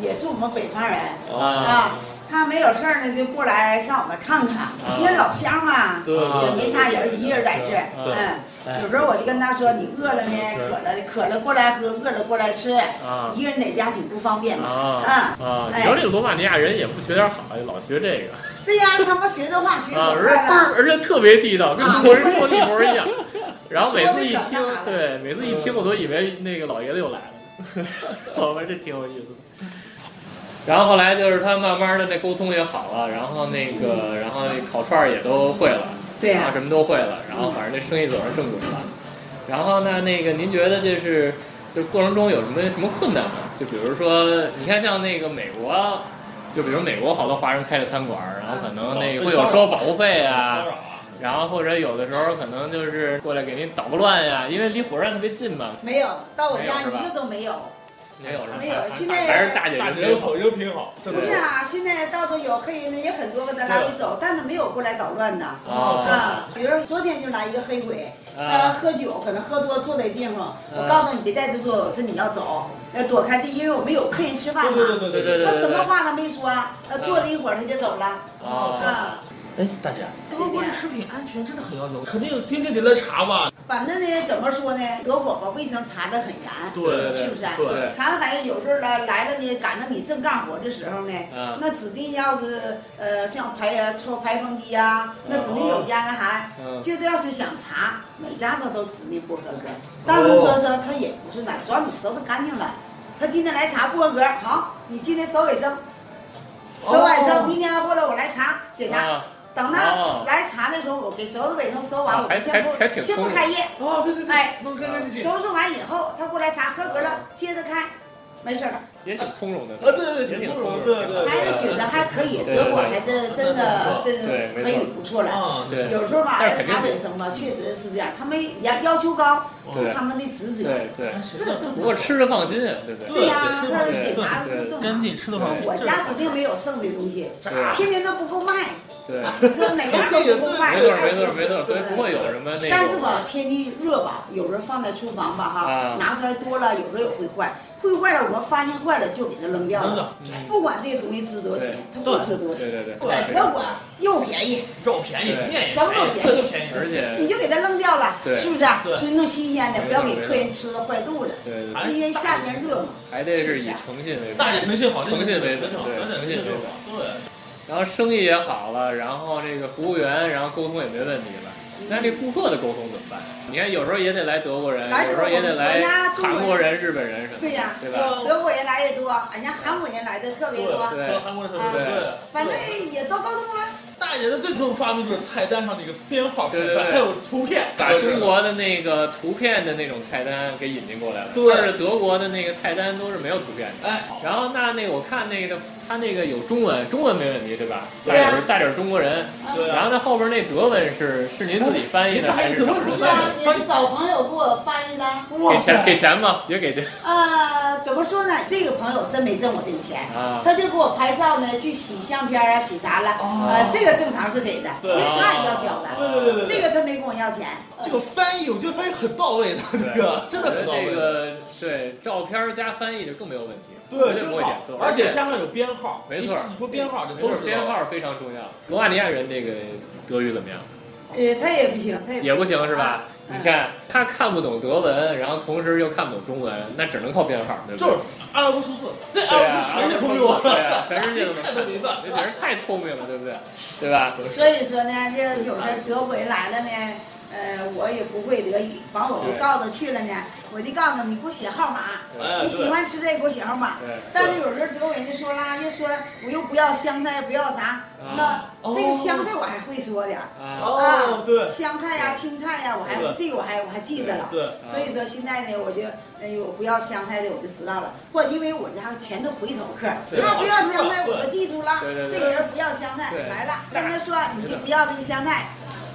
Speaker 4: 也是我们北方人啊，他没有事儿呢就过来上我们看看，
Speaker 1: 啊
Speaker 4: 因为老乡嘛，
Speaker 5: 对对
Speaker 4: 也没啥人，一人在这儿。
Speaker 1: 啊对
Speaker 5: 对
Speaker 4: 嗯，有时候我就跟他说，你饿了呢，渴了渴了过来喝，饿了过来吃，
Speaker 1: 啊
Speaker 4: 一个人在家挺不方便嘛。
Speaker 1: 啊啊！你
Speaker 4: 哎
Speaker 1: 说这罗马尼亚人也不学点好，老学这个。
Speaker 4: 对呀，他们学的话学
Speaker 1: 啊，而
Speaker 4: 挺
Speaker 1: 且
Speaker 4: 快
Speaker 1: 倍
Speaker 4: 了
Speaker 1: 儿，。而且特别地道，跟中国人 说的一模一样。然后每次一听
Speaker 4: 说得可大，了
Speaker 1: 对，每次一听我都以为那个老爷子又来 了，我们这挺有意思的。然后后来就是他慢慢的那沟通也好了，然后那个，然后那烤串儿也都会了，
Speaker 4: 对啊呀
Speaker 1: 然啊后什么都会了，然后反正这生意走上正轨了。然后呢，那个您觉得这是，就是过程中有什么什么困难吗？就比如说，你看像那个美国，就比如美国好多华人开的餐馆儿，然后可能
Speaker 5: 哦
Speaker 1: 那个会有收保护费啊
Speaker 5: 骚，扰
Speaker 1: 然后或者有的时候可能就是过来给您捣个乱呀、因为离火车站特别近嘛，
Speaker 4: 没有，到我
Speaker 1: 没
Speaker 4: 家
Speaker 1: 有是吧
Speaker 4: 一个都没有。
Speaker 1: 没有是吧？
Speaker 4: 没有
Speaker 1: 还
Speaker 4: 现在
Speaker 1: 还是大姐
Speaker 5: 大
Speaker 1: 人
Speaker 5: 姐
Speaker 1: 真好
Speaker 5: 口音挺好，真
Speaker 4: 不
Speaker 5: 的
Speaker 4: 是啊，现在到处有黑人的也很多，给他拉回走，但是没有过来捣乱的。
Speaker 5: 哦
Speaker 1: 啊
Speaker 4: 啊，比如昨天就来一个黑鬼，他
Speaker 1: 啊
Speaker 4: 喝酒可能喝多坐在地
Speaker 5: 啊
Speaker 4: 方，我告诉他你别在这坐，我说你要走，要躲开地，因为我们有客人吃饭
Speaker 5: 对
Speaker 4: 嘛。
Speaker 5: 对对对
Speaker 1: 对
Speaker 5: 对
Speaker 1: 对对
Speaker 4: 他什么
Speaker 1: 对
Speaker 4: 话都没说，呃，坐了一会儿他就走了。
Speaker 1: 啊！
Speaker 4: 啊，
Speaker 5: 哎，大姐，
Speaker 2: 德国这食品安全真的很要求。
Speaker 5: 肯定天天得来查吧？
Speaker 4: 反正呢，怎么说呢，德国吧卫生查得很严。
Speaker 1: 对
Speaker 4: 是不是啊？
Speaker 5: 对
Speaker 4: 查了反正有时候来来了呢，赶上你正干活的时候呢，
Speaker 1: 嗯
Speaker 4: 那指定要是呃像排呃抽排风机呀、那指定有烟还，
Speaker 1: 嗯
Speaker 4: 就这要是想查，每家他都指定不合格。
Speaker 1: 哦
Speaker 4: 当时说说他也不是哪，只要你收拾干净了，他今天来查不合格，好，你今天收卫生，收卫生，明天或者我来查检查。
Speaker 1: 哦啊
Speaker 4: 等
Speaker 1: 哦
Speaker 4: 他来查的时候，我给收拾卫生收完，
Speaker 1: 啊
Speaker 4: 我
Speaker 1: 还
Speaker 4: 就先
Speaker 1: 还还挺
Speaker 4: 不先
Speaker 1: 聪
Speaker 4: 不
Speaker 1: 明
Speaker 4: 开业，
Speaker 5: 啊，对对对
Speaker 4: 哎，
Speaker 5: 弄干干净净。啊，
Speaker 4: 收拾完以后，他过来查合格了，接着开，没事儿了。
Speaker 1: 也挺通融的。
Speaker 5: 啊对对
Speaker 1: 也
Speaker 5: 对，
Speaker 1: 挺
Speaker 5: 挺
Speaker 1: 通
Speaker 5: 通
Speaker 1: 融
Speaker 5: 融，对对
Speaker 4: 孩
Speaker 5: 对
Speaker 4: 子觉得还可以，
Speaker 1: 对
Speaker 4: 德国孩子真的真
Speaker 1: 对
Speaker 4: 的
Speaker 1: 没错哦
Speaker 4: 可以不错了。
Speaker 5: 啊，
Speaker 1: 对
Speaker 4: 有时候吧，
Speaker 1: 但是肯定嗯
Speaker 4: 查卫生吧，确实是这样，他们要要求高是他们的职责，
Speaker 1: 对对，
Speaker 4: 这个正
Speaker 1: 不过
Speaker 4: 常。
Speaker 1: 吃着放心啊，对不对？
Speaker 4: 对呀，
Speaker 5: 对
Speaker 4: 他的检查是正
Speaker 2: 干
Speaker 4: 常。
Speaker 2: 净，吃的放心。
Speaker 4: 我家指定没有剩的东西，
Speaker 1: 对
Speaker 4: 天天都不够卖，
Speaker 1: 对，
Speaker 4: 你说哪样都不够卖。
Speaker 1: 没错没错没错，所以
Speaker 4: 对
Speaker 1: 不会有什么那
Speaker 4: 但是
Speaker 1: 种。
Speaker 4: 吧，天气热吧，有人放在厨房吧
Speaker 1: 啊
Speaker 4: 哈，拿出来多了，有时候也会坏，会坏了我们发现坏了就给它扔掉
Speaker 5: 扔掉
Speaker 4: 了，不管这个东西值多少钱，它不值多
Speaker 1: 嗯
Speaker 4: 少
Speaker 1: 对
Speaker 4: 钱。
Speaker 1: 对对，
Speaker 4: 在德国又便宜，
Speaker 5: 肉便宜，
Speaker 1: 对
Speaker 5: 面也
Speaker 4: 什么都便宜
Speaker 5: 便宜，
Speaker 1: 而
Speaker 4: 你
Speaker 1: 且
Speaker 4: 就给它扔掉了，
Speaker 1: 对
Speaker 4: 是不是啊
Speaker 5: 对？
Speaker 4: 所以弄新鲜的，
Speaker 1: 没错
Speaker 4: 不要给客人吃坏肚子。
Speaker 1: 对对对，
Speaker 5: 哎
Speaker 4: 因为夏天热嘛，
Speaker 1: 还得是以诚信为本
Speaker 5: 大。姐诚信好，这个
Speaker 1: 诚信为本
Speaker 5: 诚信好，
Speaker 1: 对
Speaker 5: 大姐
Speaker 1: 诚
Speaker 5: 诚
Speaker 1: 信
Speaker 5: 信
Speaker 1: 为本
Speaker 5: 好，对。
Speaker 1: 然后生意也好了，然后这个服务员，然后沟通也没问题了。那这顾客的沟通怎么办？你看，有时候也得来德国人，
Speaker 4: 来
Speaker 1: 有时候也得来韩国人、日本人什么的，
Speaker 4: 对呀
Speaker 1: 对吧？
Speaker 4: 德国人来的多，俺家韩国人来的特别多，
Speaker 1: 对
Speaker 5: 和韩国人特别
Speaker 4: 啊
Speaker 5: 对，
Speaker 4: 反正也都沟通了。
Speaker 5: 大姐的最能发明就是菜单上那个编号菜
Speaker 1: 对对
Speaker 5: 单，
Speaker 1: 对
Speaker 5: 还有图片，
Speaker 1: 把中国的那个图片的那种菜单给引进过来了，
Speaker 5: 对
Speaker 1: 但是德国的那个菜单都是没有图片的。
Speaker 5: 哎，
Speaker 1: 然后那那个我看那个他那个有中文，中文没问题对吧？
Speaker 4: 对呀
Speaker 1: 带点带点中国人，
Speaker 5: 对啊
Speaker 1: 然后那后边那德文是是您自己翻译的
Speaker 5: 您
Speaker 1: 还
Speaker 5: 翻译
Speaker 1: 是
Speaker 5: 德
Speaker 1: 找
Speaker 5: 文
Speaker 1: 人
Speaker 5: 怎么
Speaker 4: 是
Speaker 1: 翻
Speaker 4: 啊
Speaker 1: 译
Speaker 5: 翻，
Speaker 4: 也是找朋友给我翻译的。
Speaker 1: 的？
Speaker 5: 哇
Speaker 1: 给钱给
Speaker 5: 塞，
Speaker 1: 钱吗？也给钱
Speaker 4: 呃，怎么说呢？这个朋友真没挣我这个钱，
Speaker 1: 啊
Speaker 4: 他就给我拍照呢，去洗相片啊，洗啥了，呃，这个正常是给的，因
Speaker 5: 对
Speaker 4: 为他也要交
Speaker 5: 对
Speaker 4: 的，
Speaker 5: 对对对
Speaker 4: 这
Speaker 5: 对，
Speaker 4: 个他没跟我要钱，
Speaker 5: 这个翻译我觉得翻译很到位的，这个真的很到
Speaker 1: 我觉得
Speaker 5: 位
Speaker 1: 这。个对照片儿加翻译就更没有问题了，
Speaker 5: 对，
Speaker 1: 绝不
Speaker 5: 真
Speaker 1: 会点
Speaker 5: 好
Speaker 1: 错，，
Speaker 5: 而且加上有编号，
Speaker 1: 没错
Speaker 5: 你你说编号这
Speaker 1: 没
Speaker 5: 都
Speaker 1: 错
Speaker 5: 知道。
Speaker 1: 编号非常重要。罗马尼亚人这个德语怎么样？
Speaker 4: 呃，他也不行，他也
Speaker 1: 也不行是吧
Speaker 4: 啊？
Speaker 5: 哎
Speaker 1: 你看他看不懂德文，然后同时又看不懂中文，那只能靠编号，对不对？
Speaker 2: 就是阿拉伯数字，这阿
Speaker 1: 对
Speaker 2: 拉伯
Speaker 1: 啊
Speaker 2: 数字全是通用，
Speaker 1: 对 啊全世界都能
Speaker 2: 看得明白。
Speaker 1: 这人太聪明了，对不对？对吧？
Speaker 4: 所以说呢，这有时候德国人来了呢，呃，我也不会德语，完我就告诉他去了呢，我就告诉他你给我写号码，
Speaker 2: 哎，
Speaker 4: 你喜
Speaker 2: 对，
Speaker 4: 欢吃这个给我写号码。
Speaker 1: 对。
Speaker 4: 但是有时候德国人就说啦，又说我又不要香菜，不要啥，那
Speaker 2: 哦
Speaker 4: 这个香菜我还会说点儿，
Speaker 1: 啊，
Speaker 2: 哦，对，
Speaker 4: 香菜呀、青菜呀，我还
Speaker 2: 对
Speaker 4: 这个我还我还记得了。
Speaker 1: 啊
Speaker 2: 对，
Speaker 4: 所以说现在呢，我就哎呦，我不要香菜的我就知道了，或者因为我家全都回头客，
Speaker 2: 对
Speaker 4: 他不要香菜
Speaker 2: 对
Speaker 4: 我就记住了，
Speaker 1: 对对
Speaker 4: 这
Speaker 1: 对
Speaker 4: 个人不要香菜
Speaker 1: 对
Speaker 4: 来了，
Speaker 1: 是
Speaker 4: 跟
Speaker 1: 啊
Speaker 4: 他说你就不要这个香菜，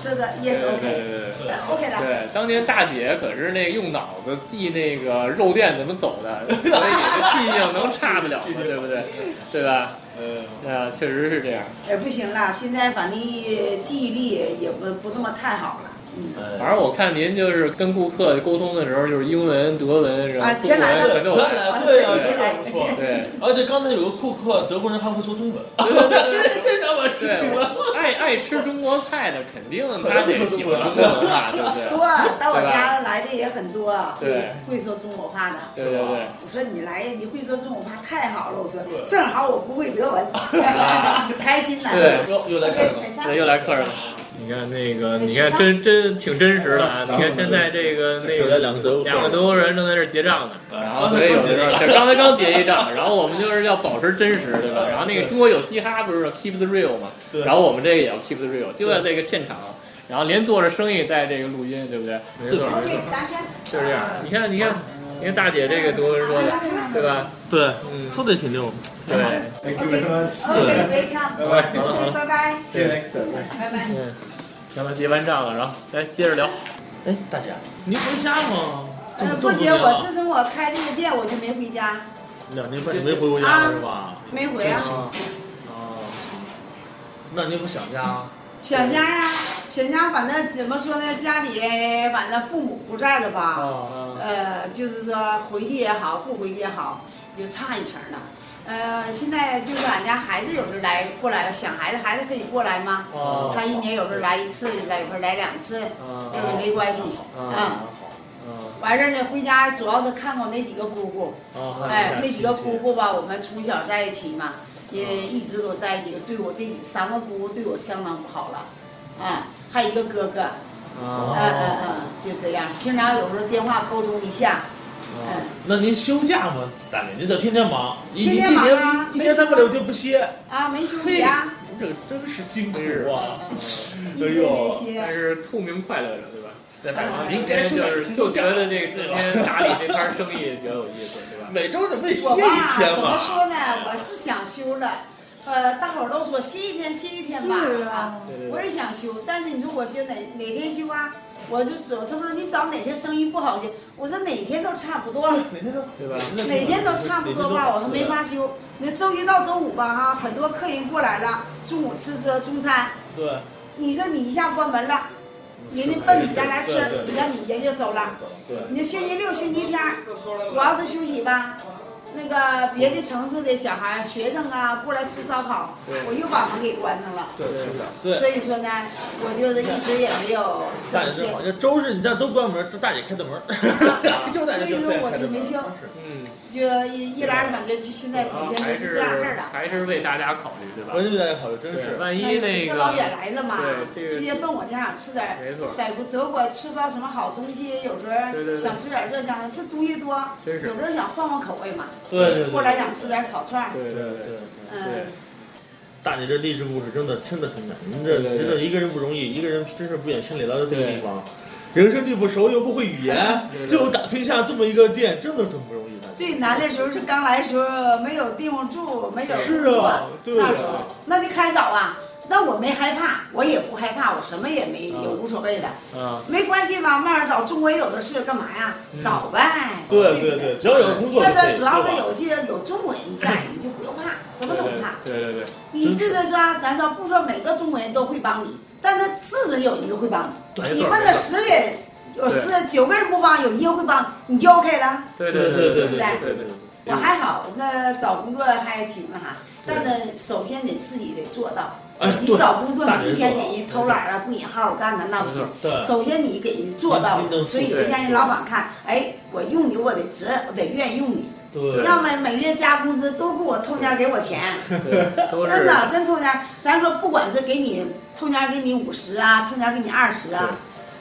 Speaker 4: 这个
Speaker 1: 对对
Speaker 4: yes
Speaker 1: 对
Speaker 4: OK
Speaker 1: 对对。
Speaker 2: 对
Speaker 4: 呃 OK 了，
Speaker 1: 对，当年大姐可是那个用脑子记那个肉店怎么走的，所以你的记性能差得了吗？对不对？对吧？
Speaker 2: 嗯，
Speaker 1: 啊，确实是这样。
Speaker 4: 哎不行了，现在反正记忆力也不不那么太好了，嗯。
Speaker 5: 哎
Speaker 1: 反正我看您就是跟顾客沟通的时候，就是英文、德文，然
Speaker 4: 啊
Speaker 1: 后中
Speaker 4: 全来
Speaker 1: 文
Speaker 4: 了
Speaker 1: 全
Speaker 2: 对，
Speaker 1: 都
Speaker 2: 全
Speaker 1: 来。
Speaker 2: 来对啊，这个不错。
Speaker 1: 对，
Speaker 2: 而且刚才有个顾客，德国人还会说中文，
Speaker 1: 对对 对对
Speaker 2: 这让我吃惊了。
Speaker 1: 对，爱爱吃中国菜的，肯定他得喜欢中国文化，对不对
Speaker 4: 多？到我
Speaker 1: 对吧
Speaker 4: 家来的也很多，啊会
Speaker 1: 对
Speaker 4: 会说中国话的。
Speaker 1: 对对对。
Speaker 4: 我说你来，你会说中国话太好了。我说正好我不会德文，开心呐。
Speaker 1: 对
Speaker 2: 又又来客人了，
Speaker 1: 对，又来客人了。你看那个，你看真真挺真实的啊！你看现在这个那
Speaker 6: 来
Speaker 1: 个
Speaker 6: 两个德国
Speaker 1: 两个德国人正在这结账呢，然后所以有的时候就刚才刚结一账，然后我们就是要保持真实，对吧？然后那个中国有嘻哈不是说 keep the real 嘛，然后我们这个也要 keep the real，就在这个现场，然后连做着生意在这个录音，对不对？没错，
Speaker 4: OK，咱先
Speaker 1: 就是这样。你看，你看，你看大姐这个德国
Speaker 4: 呃
Speaker 1: 人说的，对吧？
Speaker 7: 对，
Speaker 1: 嗯，
Speaker 7: 说的也挺溜。
Speaker 1: 对，
Speaker 6: Thank you
Speaker 4: OK
Speaker 6: very much.
Speaker 4: OK，没看，
Speaker 1: 拜拜
Speaker 4: OK，拜拜，
Speaker 6: See you next time.
Speaker 4: 拜拜。
Speaker 1: 嗯，行了，结完账了，然后来接着聊。
Speaker 2: 哎，大姐，您回家吗？这么这
Speaker 4: 呃过
Speaker 2: 么多
Speaker 4: 节
Speaker 2: 年
Speaker 1: 啊
Speaker 4: 我
Speaker 2: 了，
Speaker 4: 自从我开这个店，我就没回家，
Speaker 2: 两年半你没回过家了是吧？
Speaker 4: 没回啊。
Speaker 2: 那您不想家啊？
Speaker 4: 想家呀，想家，反正怎么说呢，家里反正父母不在了吧。
Speaker 1: 哦，
Speaker 4: 呃，就是说回去也好，不回去也好，就差一层了。呃，现在就是俺家孩子有时候来过来想孩子，孩子可以过来吗？
Speaker 1: 哦
Speaker 4: 他一年有时候来一次，来有时候来两次，这个没关系。
Speaker 1: 哦
Speaker 4: 嗯，完事儿呢，回家主要是看看我那几个姑姑，
Speaker 1: 哦，
Speaker 4: 哎，那几个姑姑吧，我们从小在一起嘛，也一直都在一起，对我这三个姑姑对我相当不好了，哎，还有一个哥哥，嗯
Speaker 1: 哦
Speaker 4: 嗯嗯，就这样，平常有时候电话沟通一下，
Speaker 1: 哦
Speaker 4: 嗯。
Speaker 2: 那您休假吗？大姐，您这天天忙，一一
Speaker 4: 天天
Speaker 2: 一
Speaker 4: 忙啊
Speaker 2: 年一
Speaker 4: 没
Speaker 2: 年三
Speaker 4: 事
Speaker 2: 百六十天不歇，
Speaker 4: 啊，没休息啊，
Speaker 2: 这真是辛苦啊！
Speaker 4: 一
Speaker 2: 哎
Speaker 4: 直没
Speaker 2: 呦，
Speaker 4: 歇
Speaker 1: 但。是透明快乐着，对吧？
Speaker 2: 那大姐，您该
Speaker 1: 就
Speaker 2: 休假
Speaker 1: 是就觉得这个今天打理这摊生意比较有意思，对吧？
Speaker 2: 每周怎么得歇
Speaker 4: 我吧，
Speaker 2: 一天
Speaker 4: 怎么
Speaker 2: 吧？
Speaker 4: 说呢？我是想休了，呃，大伙儿都说歇一天歇一天吧，啊
Speaker 1: 对对对
Speaker 4: 我也想休，但是你说我休哪哪天休啊？我就走，他们说你找哪天生意不好休，我说哪天都差不多，
Speaker 2: 每天都
Speaker 1: 对吧？
Speaker 4: 哪天都差不多吧，我还没法休。那周一到周五吧，哈，很多客人过来了，中午吃这中餐，
Speaker 2: 对，
Speaker 4: 你说你一下关门了，人家奔你家来吃
Speaker 2: 对对，对
Speaker 4: 你让你人家走了。
Speaker 2: 对
Speaker 4: 你星期六、星期天儿，我要是休息吧，那个别的城市的小孩儿、学生啊过来吃烧烤，我又把门给关上了。
Speaker 2: 对是的，对。
Speaker 4: 所以说呢，我就是一直也没有
Speaker 2: 大姐真好，这周日你这都关门，这大姐开的门，就大姐就在开的门。
Speaker 1: 嗯，
Speaker 4: 就一一来二反正就现在每天
Speaker 1: 还
Speaker 4: 都是
Speaker 1: 是
Speaker 4: 这样式儿的。
Speaker 1: 还是为大家考虑，对吧
Speaker 2: 我？就为大家考虑，真是。
Speaker 1: 万
Speaker 4: 哎
Speaker 1: 一
Speaker 4: 呦
Speaker 1: 那
Speaker 4: 这
Speaker 1: 个
Speaker 4: 老远来了嘛，
Speaker 1: 对这个
Speaker 4: 直接奔我家想吃点儿，
Speaker 1: 没错
Speaker 4: 在德国吃不到什么好东西，有时
Speaker 1: 对
Speaker 4: 候
Speaker 1: 对对
Speaker 4: 想吃点儿热香的，是东西多，
Speaker 1: 真是
Speaker 4: 有时候想换换口味嘛，
Speaker 2: 对对对。
Speaker 4: 过来想吃点儿烤串儿，
Speaker 1: 对
Speaker 2: 对
Speaker 1: 对
Speaker 2: 对对。
Speaker 1: 对
Speaker 4: 嗯，
Speaker 2: 大姐这励志故事真的听着挺感人，您这
Speaker 1: 对对对
Speaker 2: 真的一个人不容易，一个人真是不远千里来到这个地方，人生地不熟又不会语言，
Speaker 1: 对对
Speaker 2: 最后打拼下这么一个店，真的挺不容易的。
Speaker 4: 最难的时候是刚来的时候没有地方住，没有
Speaker 2: 是啊
Speaker 4: 工作
Speaker 2: 对啊
Speaker 4: 那时候那得开早啊。那我没害怕，我也不害怕，我什么也没，
Speaker 1: 啊
Speaker 4: 也无所谓的，
Speaker 1: 对啊，
Speaker 4: 没关系吧？慢慢找，中国也有的是，干嘛呀？
Speaker 1: 嗯
Speaker 4: 找呗。
Speaker 2: 对对
Speaker 4: 对不
Speaker 2: 对，只要有工作就
Speaker 4: 这
Speaker 2: 可以，
Speaker 4: 个主
Speaker 2: 对
Speaker 4: 要是
Speaker 2: 吧？
Speaker 4: 有些有中国人 在，你就不用怕，什么都不怕。
Speaker 1: 对对对，
Speaker 4: 你这个说，咱说不说每个中国人都会帮你，但是至少有一个会帮
Speaker 1: 对
Speaker 4: 你。你问了十个人，有十九个人不帮，有一个会帮你，你就 OK 了。
Speaker 1: 对
Speaker 2: 对
Speaker 1: 对
Speaker 2: 对
Speaker 1: 对
Speaker 2: 对
Speaker 1: 对。
Speaker 2: 嗯
Speaker 4: 我还好，那找工作还挺那啥，但是首先得自己得做到
Speaker 2: 哎。
Speaker 4: 你
Speaker 2: 对
Speaker 4: 找工作，
Speaker 2: 大
Speaker 4: 你一
Speaker 2: 人
Speaker 4: 天
Speaker 2: 做
Speaker 4: 得
Speaker 2: 到
Speaker 4: 一偷懒啊，不引号干的那不行。
Speaker 5: 对
Speaker 4: 首先你给人做到
Speaker 5: 你得
Speaker 4: 了，所以
Speaker 5: 对
Speaker 4: 得让人老板看，哎，我用你我得值，我得愿意用你。
Speaker 5: 对，
Speaker 4: 要么每月加工资都给我偷家给我钱，
Speaker 1: 对，都是
Speaker 4: 真的真偷家。咱说不管是给你偷家给你五十啊，偷家给你二十啊，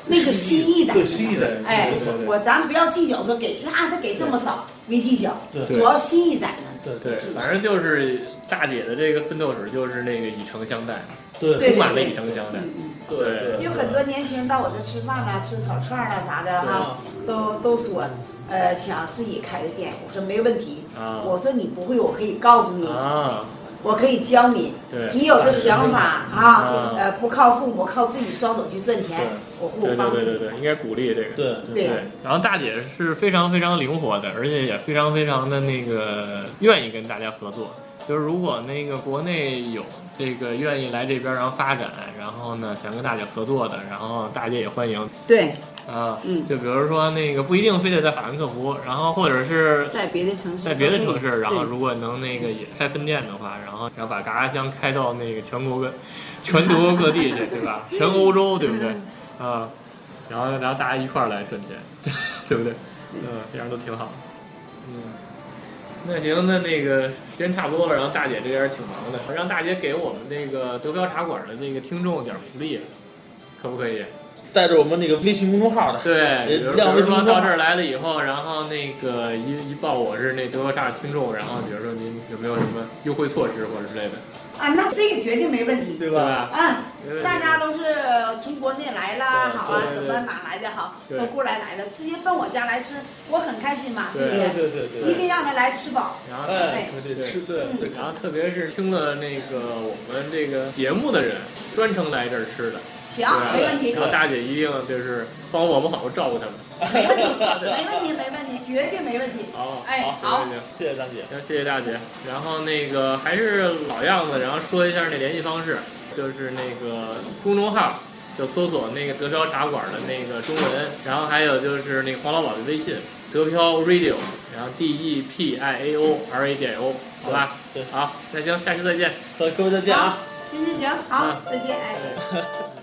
Speaker 4: 那个心意的，
Speaker 5: 对心意在，
Speaker 4: 哎
Speaker 5: 没错，对
Speaker 4: 我咱不要计较说给啊，他给这么少没计较，
Speaker 5: 对
Speaker 4: 主要心意在那。
Speaker 5: 对
Speaker 1: 对，反正就是大姐的这个奋斗史，就是那个以诚相待，
Speaker 5: 对
Speaker 4: 对
Speaker 1: 充满了以诚相待。
Speaker 5: 对对，
Speaker 4: 嗯有很多年轻人到我这吃饭啦、吃烤串啦啥的
Speaker 1: 对
Speaker 4: 哈，都都说，呃，想自己开个店。我说没问题，
Speaker 1: 啊
Speaker 4: 我说你不会，我可以告诉你，
Speaker 1: 啊，
Speaker 4: 我可以教你
Speaker 1: 对。
Speaker 4: 你有这想法
Speaker 1: 啊
Speaker 4: 啊，呃，不靠父母，靠自己双手去赚钱，我会
Speaker 1: 对对
Speaker 4: 帮助
Speaker 1: 对对
Speaker 4: 你。
Speaker 1: 对，应该鼓励这个。
Speaker 5: 对对
Speaker 4: 对
Speaker 1: 对，然后大姐是非常非常灵活的，而且也非常非常的那个愿意跟大家合作。就是如果那个国内有这个愿意来这边儿然后发展，然后呢想跟大姐合作的，然后大姐也欢迎
Speaker 4: 对，
Speaker 1: 啊。
Speaker 4: 嗯
Speaker 1: 就比如说那个不一定非得在法兰克福，然后或者是
Speaker 4: 在别的城市，
Speaker 1: 在别的城市，然后如果能那个也开分店的话，然后然后把嘎嘎香开到那个全国各全国各地去，对吧？全欧洲，对不对？啊，然后然后大家一块儿来赚钱， 对不对？嗯，这样都挺好。嗯，那行，那那个时间差不多了，然后大姐这边儿挺忙的，让大姐给我们那个德标茶馆的这个听众点儿福利，可不可以？
Speaker 5: 带着我们那个微信公众号的，
Speaker 1: 对，比如比
Speaker 5: 亮
Speaker 1: 如
Speaker 5: 微信
Speaker 1: 说
Speaker 5: 公众
Speaker 1: 到
Speaker 5: 号
Speaker 1: 这儿来了以后，然后那个一一报我是那德国大听众，然后比如说您有没有什么优惠措施或者之类的，
Speaker 4: 啊，那这个绝对没问题。
Speaker 1: 对吧？
Speaker 4: 啊
Speaker 1: 没问，题
Speaker 4: 大家都是从国内来啦，
Speaker 5: 对
Speaker 4: 好啊，
Speaker 1: 对
Speaker 4: 怎
Speaker 1: 对
Speaker 4: 么哪来的好，
Speaker 1: 对
Speaker 4: 都过来来了，直接奔我家来吃，我很开心嘛，
Speaker 1: 对
Speaker 4: 对不
Speaker 5: 对
Speaker 4: 对？
Speaker 5: 对对
Speaker 4: 一
Speaker 5: 对，
Speaker 4: 定让他来吃饱。
Speaker 1: 然后。
Speaker 5: 哎，对对吃对
Speaker 4: 嗯
Speaker 5: 对
Speaker 1: 然后，特别是听了那个我们这个节目的人，专程来这儿吃的，
Speaker 4: 行，啊没问
Speaker 1: 对
Speaker 4: 题
Speaker 1: 吧？然，后大姐一定就是帮我们好好照顾他们。
Speaker 4: 没问题，没问题，没问题，绝对没问题。
Speaker 1: 好，
Speaker 4: 哎
Speaker 1: 好，行行行
Speaker 5: 谢谢张姐，
Speaker 1: 行，谢谢大姐。然后那个还是老样子，然后说一下那联系方式，就是那个公众号，就搜索那个德飘茶馆的那个中文，然后还有就是那个黄老宝的微信，德飘 radio，然后 D E P I A O R A D I O，好吧？
Speaker 5: 对
Speaker 1: 好，那行，下期再见。
Speaker 5: 好，各位再见啊。
Speaker 4: 行行行，好
Speaker 1: 啊，
Speaker 4: 再见，哎。
Speaker 5: 对